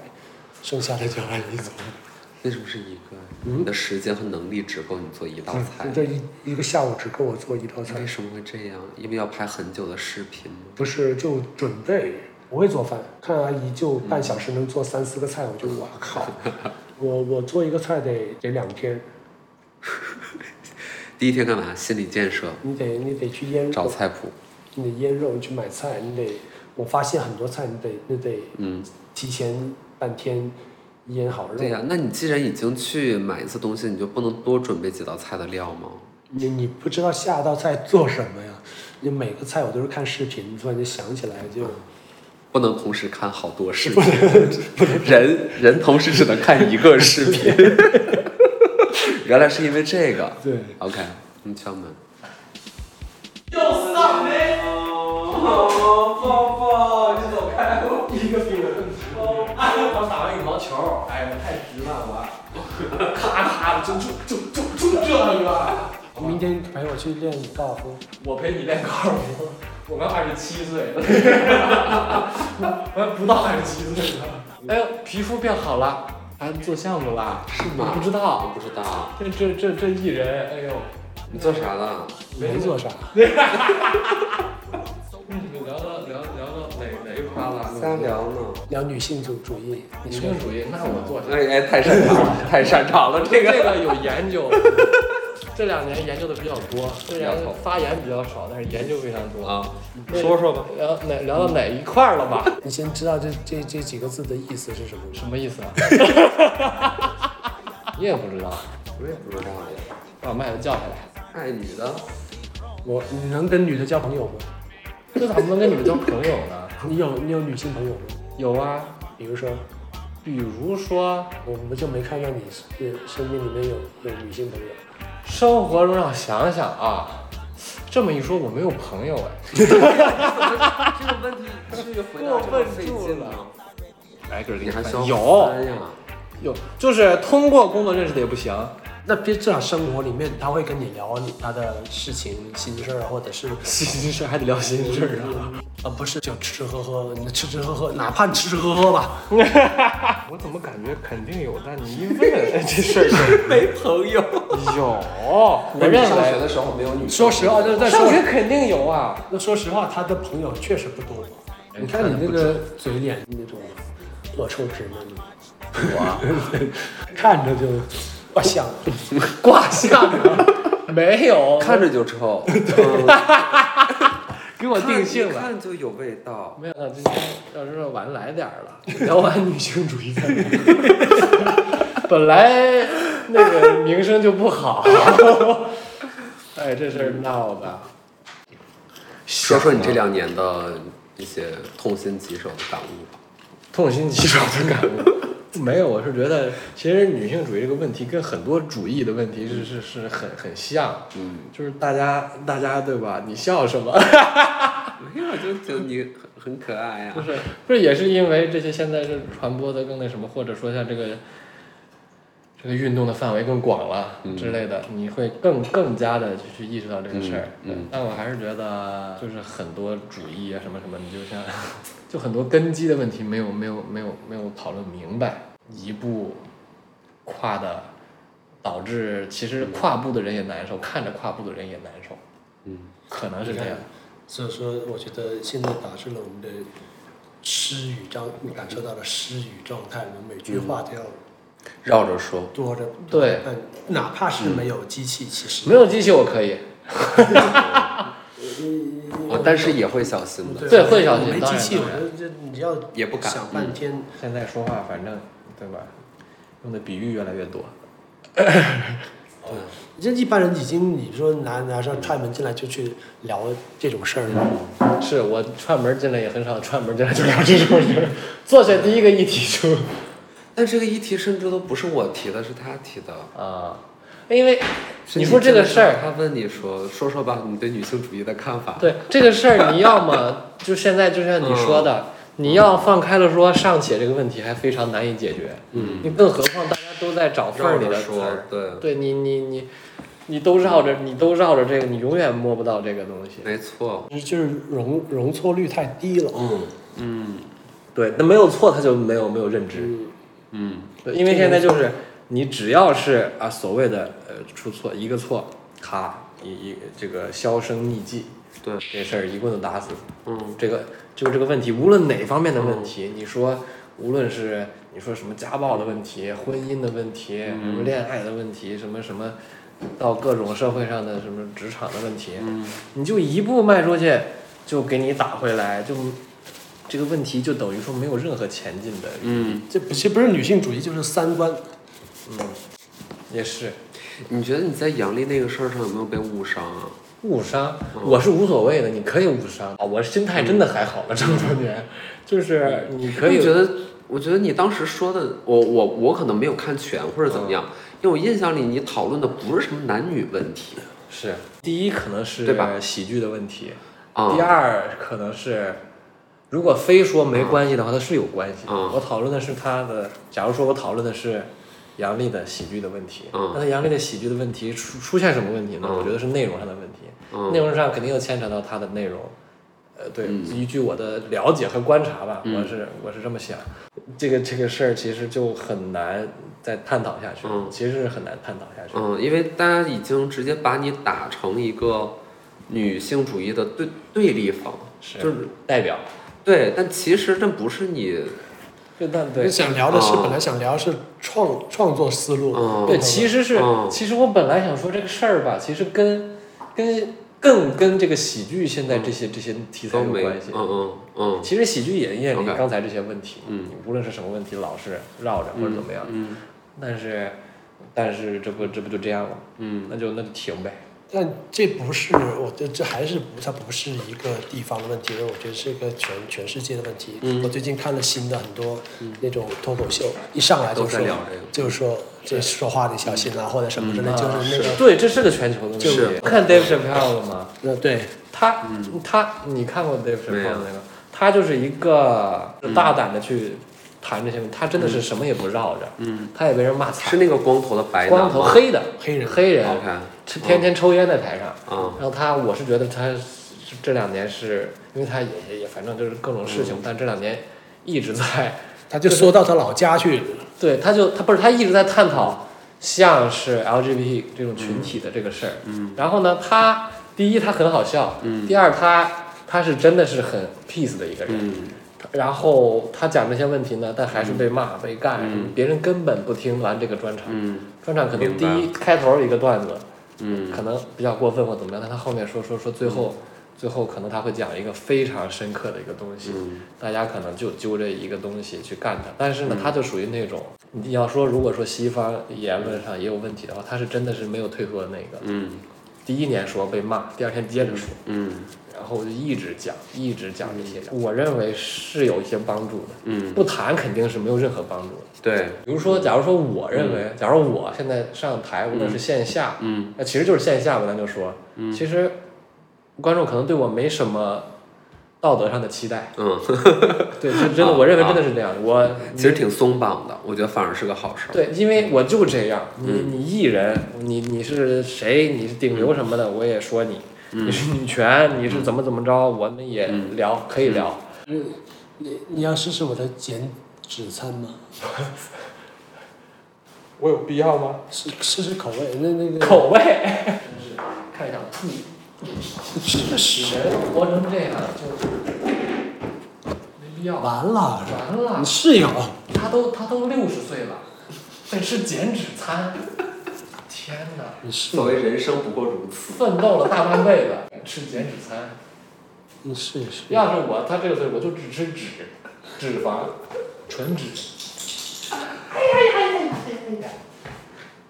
剩下的就阿姨做。
为什么是一个？
嗯
你的时间和能力只够你做一道 菜。
这一一个下午只够我做一道菜
为，什么会这样？因为要拍很久的视频吗？
不是就准备不会做饭，看阿姨就半小时能做三四个菜，我就哇 靠，我我做一个菜得得两天，
第一天干嘛？心理建设，
你得你得去腌
找
肉，
菜谱。
你得腌肉，你去买菜，你得，我发现很多菜你得你得
嗯，
提前半天腌好肉，
对呀、那你既然已经去买一次东西，你就不能多准备几道菜的料吗？
你你不知道下道菜做什么呀？你每个菜我都是看视频，突然就想起来就。
不能同时看好多视频， 人人同时只能看一个视 频。原来是因为这个。
对
OK，你敲门。
又上嘞！哦，抱抱，你走开，我一个比我更直。刚打完羽毛球，哎呀，太直了我，咔咔的就就就就就这个。
明天陪我去练高尔夫，
我陪你练高尔夫，我刚二十七岁，我还不到二十七岁呢。哎呦，皮肤变好了，还做项目啦？
是
我
吗
不知道，
我不知道，
这这这这艺人，哎呦，
你做啥了？
没做啥。
你聊到聊聊到哪哪一趴
好
了？
了，瞎聊呢。
聊女性主主义，你
女
说
性主义，那我做啥？
哎哎，太擅长了，太擅长了，这个。
这个有 研究，这两年研究的比较多，虽然
比较多
发言比较少，但是研究非常多。
啊，说说吧。
聊哪聊到哪一块儿了 吧？
你先知道这这这几个字的意思是什么吗？
什么意思 啊？你也不知道，
我也不知道呀。
把麦子叫下来。
爱女的，
我你能跟女的交朋友吗？
这咋不能跟你们交朋友呢？
你有你有女性朋友吗？
有啊，
比如说，
比如说
我们就没看到你是身边里面有有女性朋友，
生活中让我想想啊，这么一说我没有朋友哎，
这个问题 去回答这么费劲呢？
来个
你还需要
有
翻呀？
有，就是通过工作认识的也不行，
那别至少生活里面他会跟你聊你他的事情、心事儿，啊或者是
心事还得聊心事儿啊。
呃不是就吃吃喝喝，你吃吃喝喝，哪怕你吃吃喝喝吧，
我怎么感觉肯定有，但你一问，哎，这事儿就 没朋友。有，啊我
那
认
你上学
为
的时候没有女。
说实话就是在
上
说
学肯定有啊。
那说实话，他的朋友确实不多。
哎
你看你那个嘴脸那种恶臭直男，我 看着就我想
挂相没有，
看着就 臭，
给我定性
一
了。
看就有味道。
没有，那今天要是晚来点儿 了，聊完女性主义再聊。 本来那个名声就不 好，哎，这事儿闹的。
说说你这两年的一些痛心疾首的感悟吧。
痛心疾首的感悟。没有，我是觉得其实女性主义这个问题跟很多主义的问题是是是很很像，
嗯，
就是大家大家对吧？你笑什么？
没有，就就你很很可爱啊呀
不。是不是也是因为这些现在是传播的更那什么，或者说像这个这个运动的范围更广了
嗯
之类的，你会更更加的就去意识到这个事儿。
嗯嗯
但我还是觉得就是很多主义啊什么什么，你就像。就很多根基的问题没有没有没有没有讨论明白，一步跨的导致其实跨步的人也难受，看着跨步的人也难受，
嗯，
可能是这样。
所以说，我觉得现在导致了我们的失语状，你感受到了失语状态，我们每句话都要
绕着说，
多着
嗯对，
嗯，哪怕是没有机器，其实
没有机器我可以，
我但是也会小心的，
对会小心
没
当
机
然
器，我
当
觉
然
得这你要
也不敢
想半
嗯
天，
现在说话反正对吧，用的比喻越来越多。
这一般人已经你说拿拿上踹门进来就去聊这种事儿了，
是我串门进来也很少，串门进来就聊这种事儿。坐下第一个议题就
但这个议题甚至都不是我提的，是他提的。
啊，因为你说这个事儿，
他问你说说说吧，你对女性主义的看法。
对这个事儿，你要么就现在就像你说的，你要放开了说，尚且这个问题还非常难以解决。
嗯，
你更何况大家都在找缝儿
绕
里
着
的词
说
儿，，
对，
对你你你你都绕着你都绕着这个，你永远摸不到这个东西。
没错。
就是容容错率太低了。
嗯，
对，那没有错，他就没有没有认知。
嗯，
对，因为现在就是你只要是啊所谓的呃出错一个错，咔一一这个销声匿迹，
对，
这事儿一棍子打死。
嗯，
这个就这个问题，无论哪方面的问题，你说无论是你说什么家暴的问题、婚姻的问题、什么恋爱的问题、什么什么，到各种社会上的什么职场的问题，
嗯
你就一步迈出去，就给你打回来，就这个问题就等于说没有任何前进的，
嗯，
这不是不是女性主义，就是三观。
也是
你觉得你在杨丽那个事儿上有没有被误伤啊？
误伤。
嗯
我是无所谓的，你可以误伤啊，我心态真的还好了，这么多
嗯
年，就是你可以
我觉得，我觉得你当时说的，我我我可能没有看全或者怎么
嗯
样，因为我印象里你讨论的不是什么男女问题
是第一可能是
对吧
喜剧的问题。
啊。
第二可能是，如果非说没关系的话，它是有关系的。
嗯
我讨论的是他的，假如说我讨论的是杨笠的喜剧的问题，
嗯
那他杨笠的喜剧的问题出出现什么问题呢？
嗯
我觉得是内容上的问题，
嗯
内容上肯定又牵扯到他的内容。呃，对，
嗯
依据我的了解和观察吧，
嗯
我是我是这么想，这个这个事儿其实就很难再探讨下去，
嗯
其实是很难探讨下去。
嗯，因为大家已经直接把你打成一个女性主义的对对立方，
是
就是
代表，
对，但其实这不是你，
就但对
你，想聊的是
哦
本来想聊是创创作思路
嗯，
对，其实是，
嗯
其实我本来想说这个事儿吧，其实跟跟更跟这个喜剧现在这些这些题材
嗯都
有
没，
关系
嗯。嗯嗯
其实喜剧也面临
OK
刚才这些问题，
嗯，
无论是什么问题，老是绕着或者怎么样，
嗯
但是但是这不这不就这样了，
嗯
那就那就停呗。
但这不是，我觉得这还是不，它不是一个地方的问题，我觉得是一个全全世界的问题。我最近看了新的很多那种脱口秀，一上来就
都在
说
聊这个
就是说这说话得小心啊，或者什么之类，就是那个
对，嗯这是个全球的问题。
是
看 Dave Chappelle 了吗？
那对
他、
嗯
他，你看过 Dave
没
Chappelle
有
那个？他就是一个
嗯
大胆的去谈这些问题，他真的是什么也不绕着，
嗯，
他也被人骂惨了。
是那个光头的白
光
男
头
吗
黑的
黑人哦
黑人，
？OK，
吃天天抽烟在台上。
嗯
然后他，我是觉得他是这两年是因为他也也也反正就是各种
嗯
事情，但这两年一直在
他就说到他老家去，
对他就他不是他一直在探讨像是 LGBT 这种群体的这个事儿。
嗯
然后呢，他第一他很好笑，
嗯
第二他他是真的是很 peace 的一个人。
嗯
然后他讲这些问题呢，但还是被骂、被干，
嗯
别人根本不听完这个专场。
嗯
专场可能
明
第
白
一开头一个段子，
嗯
可能比较过分或怎么样，但他后面说说说，最后、最后可能他会讲一个非常深刻的一个东西，
嗯
大家可能就揪着一个东西去干他。但是呢，
嗯
他就属于那种，你要说如果说西方言论上也有问题的话，他是真的是没有退缩的那个。
嗯
第一年说被骂，第二天接着说，
嗯
然后就一直讲，一直讲这些。我认为是有一些帮助的，
嗯，
不谈肯定是没有任何帮助的。
对，
比如说，假如说我认为，假如我现在上台，无论是线下
嗯
那其实就是线下吧，咱就说，其实观众可能对我没什么道德上的期待，
嗯， 啊
对，就真的，我认为真的是这样，我
其实挺松绑的，我觉得反而是个好事儿。
对，因为我就这样，你
嗯
你艺人，你你是谁，你是顶流什么的，我也
嗯
说你，你是女权，你是怎么怎么着，我们也聊，可以聊，
你你要试试我的减脂餐吗？
我有必要吗？
试试试口味，那
嗯
那个
口味， 真是看一场吐，
是
女
是
人活成这样就没必要。
完了，
完了
你，室友
他都他都六十岁了，得吃减脂餐。天哪，
你室
所
友
谓人生不过如此，
奋斗了大半辈子吃减脂餐，
你试一试，
要是我他这个岁数我就只吃脂，脂肪，纯脂。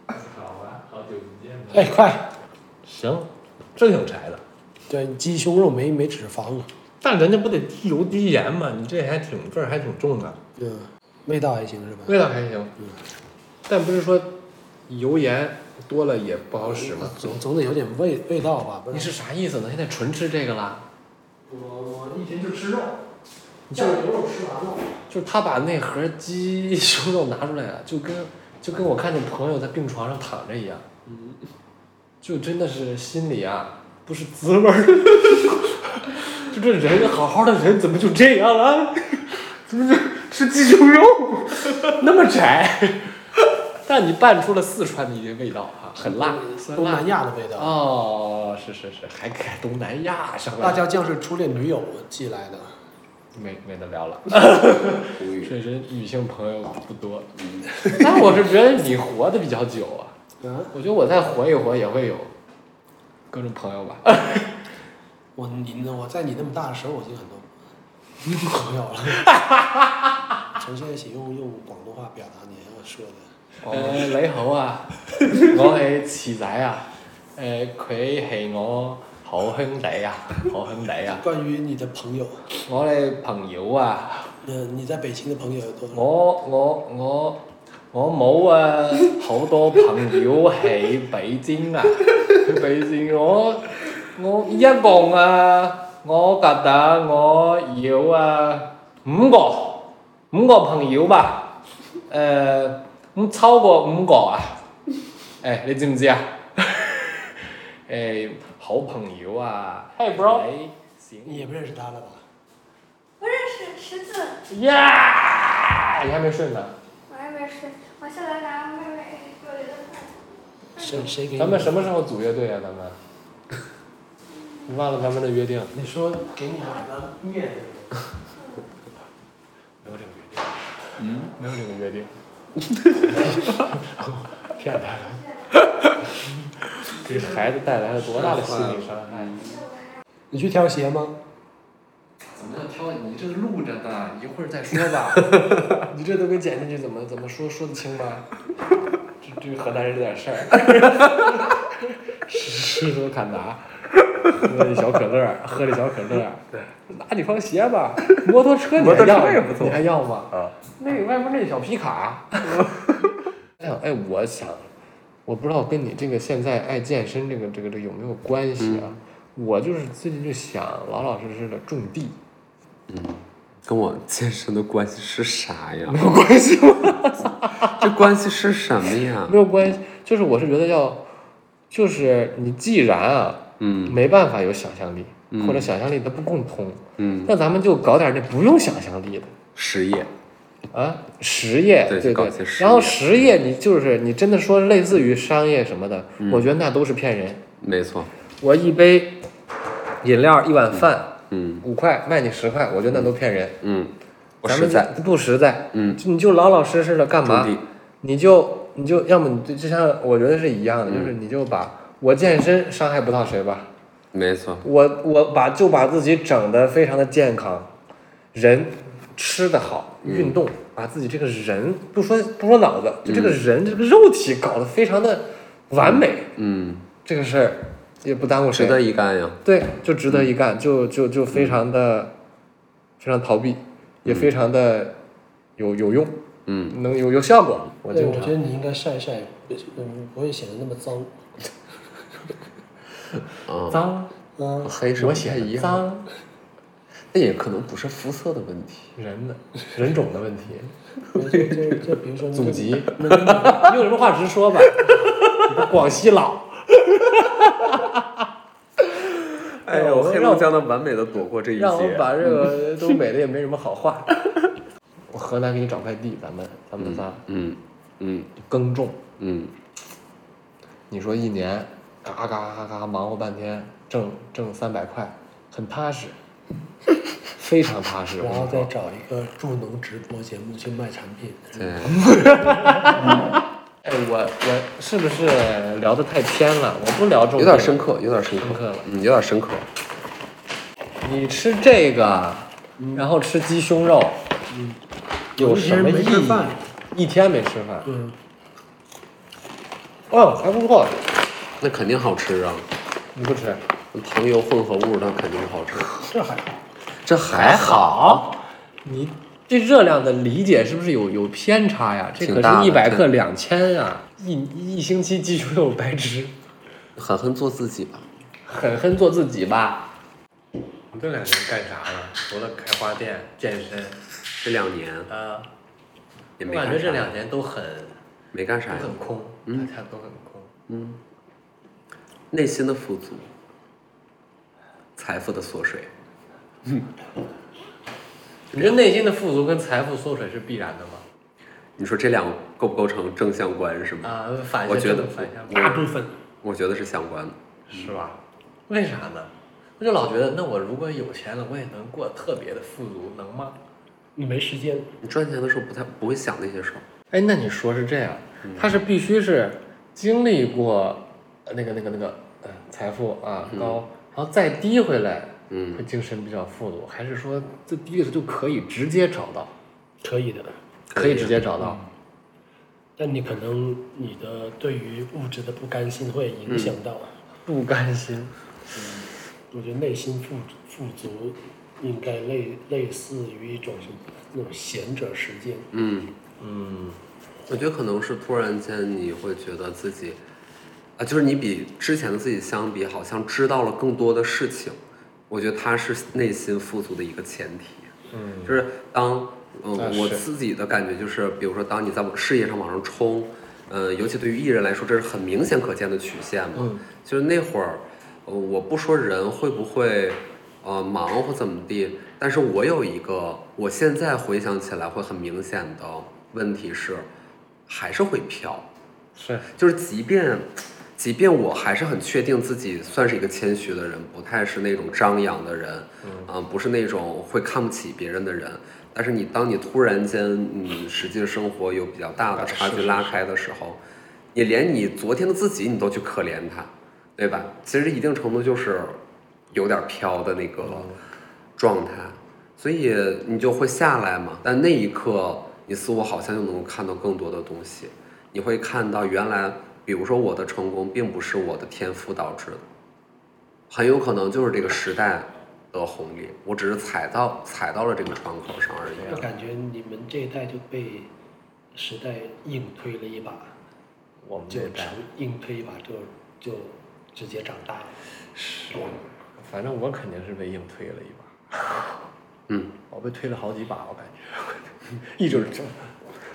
好吧，好久不见
哎快，
行，这挺柴的。
对，鸡胸肉没没脂肪啊，
但人家不得低油低盐吗？你这还挺味儿还挺重的，嗯
嗯，味道还行是吧？
味道还行，但不是说油盐多了也不好使吗？
嗯
总总得有点味味道吧，不
你
然
是啥意思呢？现在纯吃这个啦？
我我一天就吃肉，
就
酱牛肉吃完了。
就是他把那盒鸡胸肉拿出来啊了，就跟就跟我看见朋友在病床上躺着一样，就真的是心里啊不是滋味儿， 就这人好好的人怎么就这样了？ 怎么就吃鸡胸肉那么柴？但你拌出了四川的一些味道啊，很辣，酸
东
辣
南亚的味道。
哦，是是是，还改东南亚上
辣
来，
椒酱是初恋女友寄来的，
啊没没得聊了。
无语。
确实，女性朋友不多。 但我是觉得你活的比较久啊，
嗯，
我觉得我再活一活也会有各种朋友吧。
我你那我在你那么大的时候，我已经很多朋友了。 从现在起用用广东话表达你要说的，
呃，你好 啊，我係池仔啊，誒佢係我好兄弟啊，好兄弟啊，
关于你的朋友，
我哋朋友啊。
呃，你在北京的朋友有多少？
我我我我冇啊！好多朋友喺北京 啊，去北京我我一共啊，我覺得我有啊五個五個朋友吧，誒、咁超過五個啊！誒、你知唔知啊？ 誒、好朋友啊！
Hey, bro
你行
你也不认识他了吧？
不认识池子，
呀！你还没睡呢。
我还没睡，我下来拿妹妹给我留的饭。
谁谁给你？
咱们什么时候组乐队啊？咱们，你忘了咱们的约定？
你说给你买的面，
没有这个约定。嗯，没有这个约定。 骗他了， 给孩子带来了多大的心理伤害？
你去挑鞋吗？
怎么要挑？你这录着呢，一会儿再说吧。你这都给剪进去，怎么怎么说说得清吗？这这河南人有点事儿，石头砍砸，喝一小可乐儿，喝了小可乐儿，拿你双鞋吧，摩托车你
摩
还
托车
要
也
吗
不？错
你还要吗？
啊，
那个外面那小皮卡。 哎呀，哎，我想，我不知道跟你这个现在爱健身这个这个这个有没有关系啊？我就是最近就想老老实实的种地，
跟我健身的关系是啥呀？
没有关系吗？
这关系是什么呀？
没有关系，就是我是觉得要，就是你既然啊，
嗯
没办法有想象力，
嗯
或者想象力它不共通，
嗯，
那咱们就搞点那不用想象力的。
实业，
啊，实业
对
对
搞一些实业
然后实业你就是你真的说类似于商业什么的，
嗯
我觉得那都是骗人。
没错。
我一杯饮料一碗饭
嗯
五块卖你十块，我觉得那都骗人。
嗯，我
咱
实
们
在。
就不实在，
嗯，
就你就老老实实的干嘛
种地？
你就你就要么你就就像我觉得是一样的，
嗯
就是你就把我健身伤害不到谁吧，
没错。
我我把就把自己整得非常的健康，人吃得好，运
嗯
动，把自己这个人不说不说脑子，就这个人、这个肉体搞得非常的完美，
嗯，
这个事儿也不耽误谁
值，得一嗯干呀。
对，就值得一干，就就就非常的、非常逃避，也非常的有有用，
嗯，
能有有效果，我
对，
经
我
常
觉得你应该晒一晒，嗯，不会显得那么脏。
啊，
脏
嗯，
黑是
我
不
写
太
的
一样，
脏
啊那也可能不是肤色的问题。
人的人种的问题。
就就就比如说你
祖籍
那个
你有什么话直 说吧。你是广西佬，哎
哎
呦
呦，
黑
黑
龙
龙江的完美的躲过这一
让我
劫。
把这个东北的也没什么好话。 我河南给你找块地，咱们咱们仨
嗯嗯
耕种。
嗯
你说一年，嘎嘎嘎嘎忙活半天，挣挣三百块，很踏实，非常踏实。我
然后
跟你
再
说，
找一个助农直播节目去卖产品。
对，
哎，我我是不是聊得太偏了？我不聊重
有
点，
点深。刻，有点深
深刻
刻
了，
嗯，有点深刻。
你吃这个，然后吃鸡胸肉，
嗯
有什么
一天
意
没吃
义
饭？
一天没吃饭，
嗯，
哦，还不错，
那肯定好吃啊，
你不吃？
糖油混合物那肯定好吃。
这还好。
这还好，
你对热量的理解是不是有有偏差呀？这
挺
可
大
是
的
一百克
对
两千啊，一一星期鸡胸肉白吃，
狠狠做自己吧。
狠狠做自己吧。
你这两年干啥了？除了开花店、健身，
这两年
啊，
也
我
没
感
干啥，
觉这两年都很
没干啥
都
呀，
很空，
嗯
大家都很空。
嗯，内心的富足，财富的缩水，
你这内心的富足跟财富缩水是必然的吗？
你说这两个构不构成正相关是吗？
啊，反
我
向
觉得
反向
大部
分
我觉得是相关的。
嗯
是吧？为啥呢？我就老觉得，那我如果有钱了，我也能过特别的富足，能吗？
你没时间，
你赚钱的时候不太不会想那些事儿，
哎，那你说是这样，
嗯
他是必须是经历过呃那个那个那个呃财富啊
嗯
高，然后再低回来，
嗯
会精神比较富足，还是说最低的时候就可以直接找到，
可以的。
可以直接找
嗯
到？
但你可能你的对于物质的不甘心会影响到，
不甘心，
我觉得内心富富足，应该类类似于一种什么那种闲者时间。
嗯，
嗯，
我觉得可能是突然间你会觉得自己，啊，就是你比之前的自己相比，好像知道了更多的事情。我觉得它是内心富足的一个前提。嗯，就是当，嗯、
啊
我
是
自己的感觉就是，比如说当你在往事业上往上冲，嗯、尤其对于艺人来说，这是很明显可见的曲线嘛。
嗯
就是那会儿，呃，我不说人会不会。呃，忙或怎么地，但是我有一个，我现在回想起来会很明显的问题是，还是会飘，
是
就是即便，即便我还是很确定自己算是一个谦虚的人，不太是那种张扬的人，嗯、不是那种会看不起别人的人。但是你当你突然间，嗯，实际生活有比较大的差距拉开的时候，你连你昨天的自己你都去可怜他，对吧？其实一定程度就是有点飘的那个状态，所以你就会下来嘛。但那一刻，你似乎好像又能够看到更多的东西，你会看到原来，比如说我的成功并不是我的天赋导致的，很有可能就是这个时代的红利，我只是踩到踩到了这个窗口上而
啊
我
已。
感觉你们这一代就被时代硬推了一把，
我们
就
这一代
成。硬推一把就就直接长大了。
是，反正我肯定是被硬推了一 把。
嗯，
我被推了好几把，我感觉， 一直就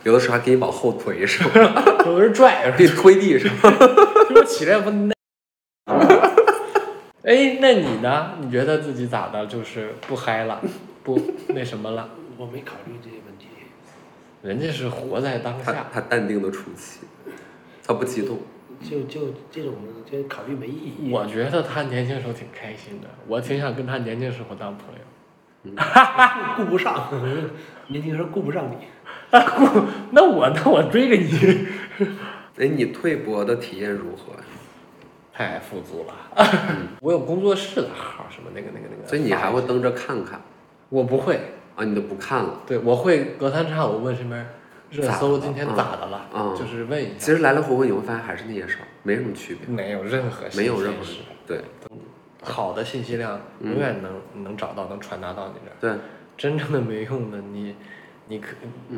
有的时候还给你往后推是吧？
有人拽，
给你 推地上。
我起来不那。 哎，那你呢？你觉得自己咋的？就是不嗨了，不那什么了？
我没考虑这些问题，
人家是活在当
他
下，
他淡定的出气，他不激动。
就就这种这考虑没意义。
我觉得他年轻时候挺开心的，我挺想跟他年轻时候当朋友。
顾不上， 年轻时候顾不上你。
那我那我追着你，
哎，你退博的体验如何呀？
太富足了。 我有工作室的号，什么那个那个那个。
嗯所以你还会登着看看
我不会，
啊？你都不看了。
对，我会隔三差五问身边热搜今天
咋了
咋的了，
嗯
就是问一下。
其实来来回回你会发现还是那些事儿，没什么区别，
没有任何信息
没有任何嗯
是
对
好的信息量，永远能、能找到，能传达到你这儿。
对，
真正的没用的，你你可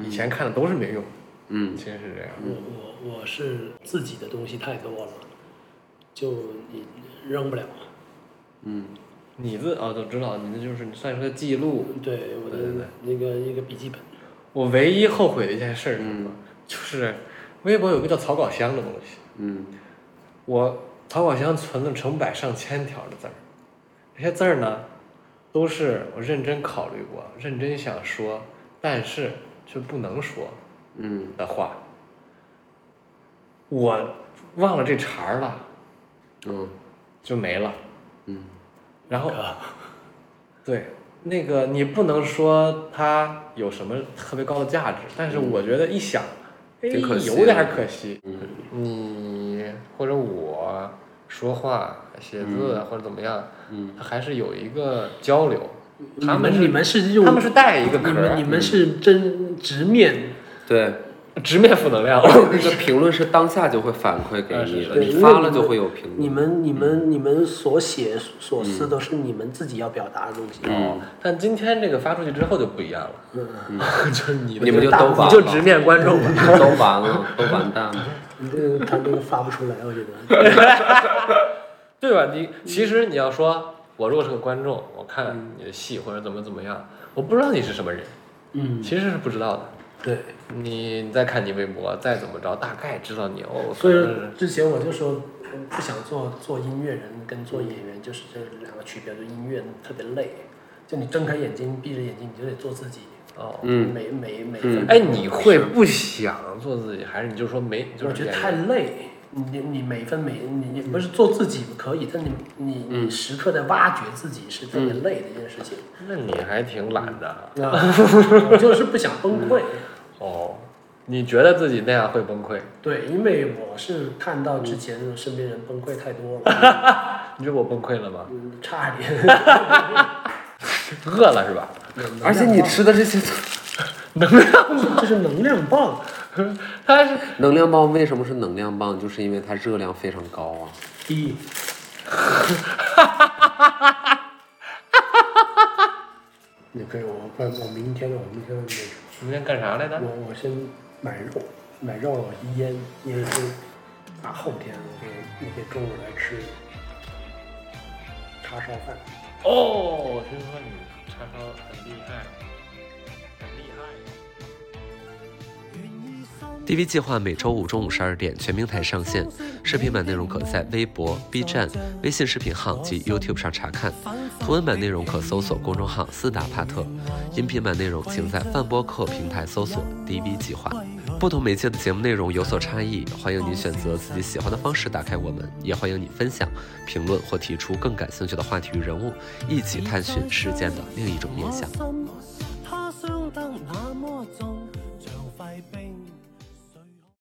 以前看的都是没用，
嗯
其实是这样。
我我我是自己的东西太多了，就你扔不了。啊
嗯，
你自哦都知道，你那就是你算是个记录。
对我
对对对
的那个一个笔记本，
我唯一后悔的一件事儿是什么？就是微博有个叫草稿箱的东西，
嗯，
我草稿箱存了成百上千条的字儿，这些字儿呢，都是我认真考虑过、认真想说，但是却不能说
嗯
的话。我忘了这茬儿了，
嗯
就没了。
嗯
然后，对，那个你不能说它有什么特别高的价值，但是我觉得一想，哎，
挺可惜的
有点嗯可惜。
嗯
你或者我说话、写字、或者怎么样，
嗯
它还是有一个交流。
你
他们
们
是
你们是用
他们是带一个壳
你们你
儿，嗯
们是真直面，
对，
直面负能量。
那个评论是当下就会反馈给
啊是
你
是
的，你
对
发
因为
了
你
就
们
会有评论。
嗯
你们你们你们所写所思都是你们自己要表达的东西。嗯
嗯，
但今天这个发出去之后就不一样了，就是你的
你们就
大
都
你
完
你
了，
就直面观众吧。
都完了，都完蛋了。
你这个他这个发不出来，我觉 得。
对吧？你其实你要说，我如果是个观众，我看你的戏或者怎么怎么样，我不知道你是什么人，
嗯，
其实是不知道的。
对。
你你再看你微博，再怎么着，大概知道你哦。
所
可
以
能是
之前我就说，嗯不想做做音乐人跟做演员，就是这两个区别，就音乐特别累，就你睁开眼睛闭着眼睛，你就得做自己。
哦，
嗯
每每每
嗯
分。
哎，你会不想做自己，还是你就说没？你就是
我觉得
演
太
员
累，你你你每分每你你不是做自己可以，但你你你时刻在挖掘自己是特别累的一件事情。
那你还挺懒的
啊，我就是不想崩溃。
哦。你觉得自己那样会崩溃？
对，因为我是看到之前身边人崩溃太多了，
你觉得我崩溃了吗？
嗯差点。
饿了是吧？
而且你吃的这些
能量，
这是能量棒，
它是
能量棒为什么是能量棒？就是因为它热量非常高啊。
低， 你可以，我我我明天我明天那个。
你在干啥来着？
我我先买肉，买肉了我腌腌一天，大后天我给那天中午来吃叉烧饭。
哦，听说你叉烧很厉害，很厉害。
DV 计划每周五中午十二点全平台上线，视频版内容可在微博、B 站、微信视频号及 YouTube 上查看，图文版内容可搜索公众号“斯达帕特”，音频版内容请在泛播客平台搜索 “DV 计划”。不同媒介的节目内容有所差异，欢迎你选择自己喜欢的方式打开我们，也欢迎你分享、评论或提出更感兴趣的话题与人物，一起探寻事件的另一种面向。
他相得那么重，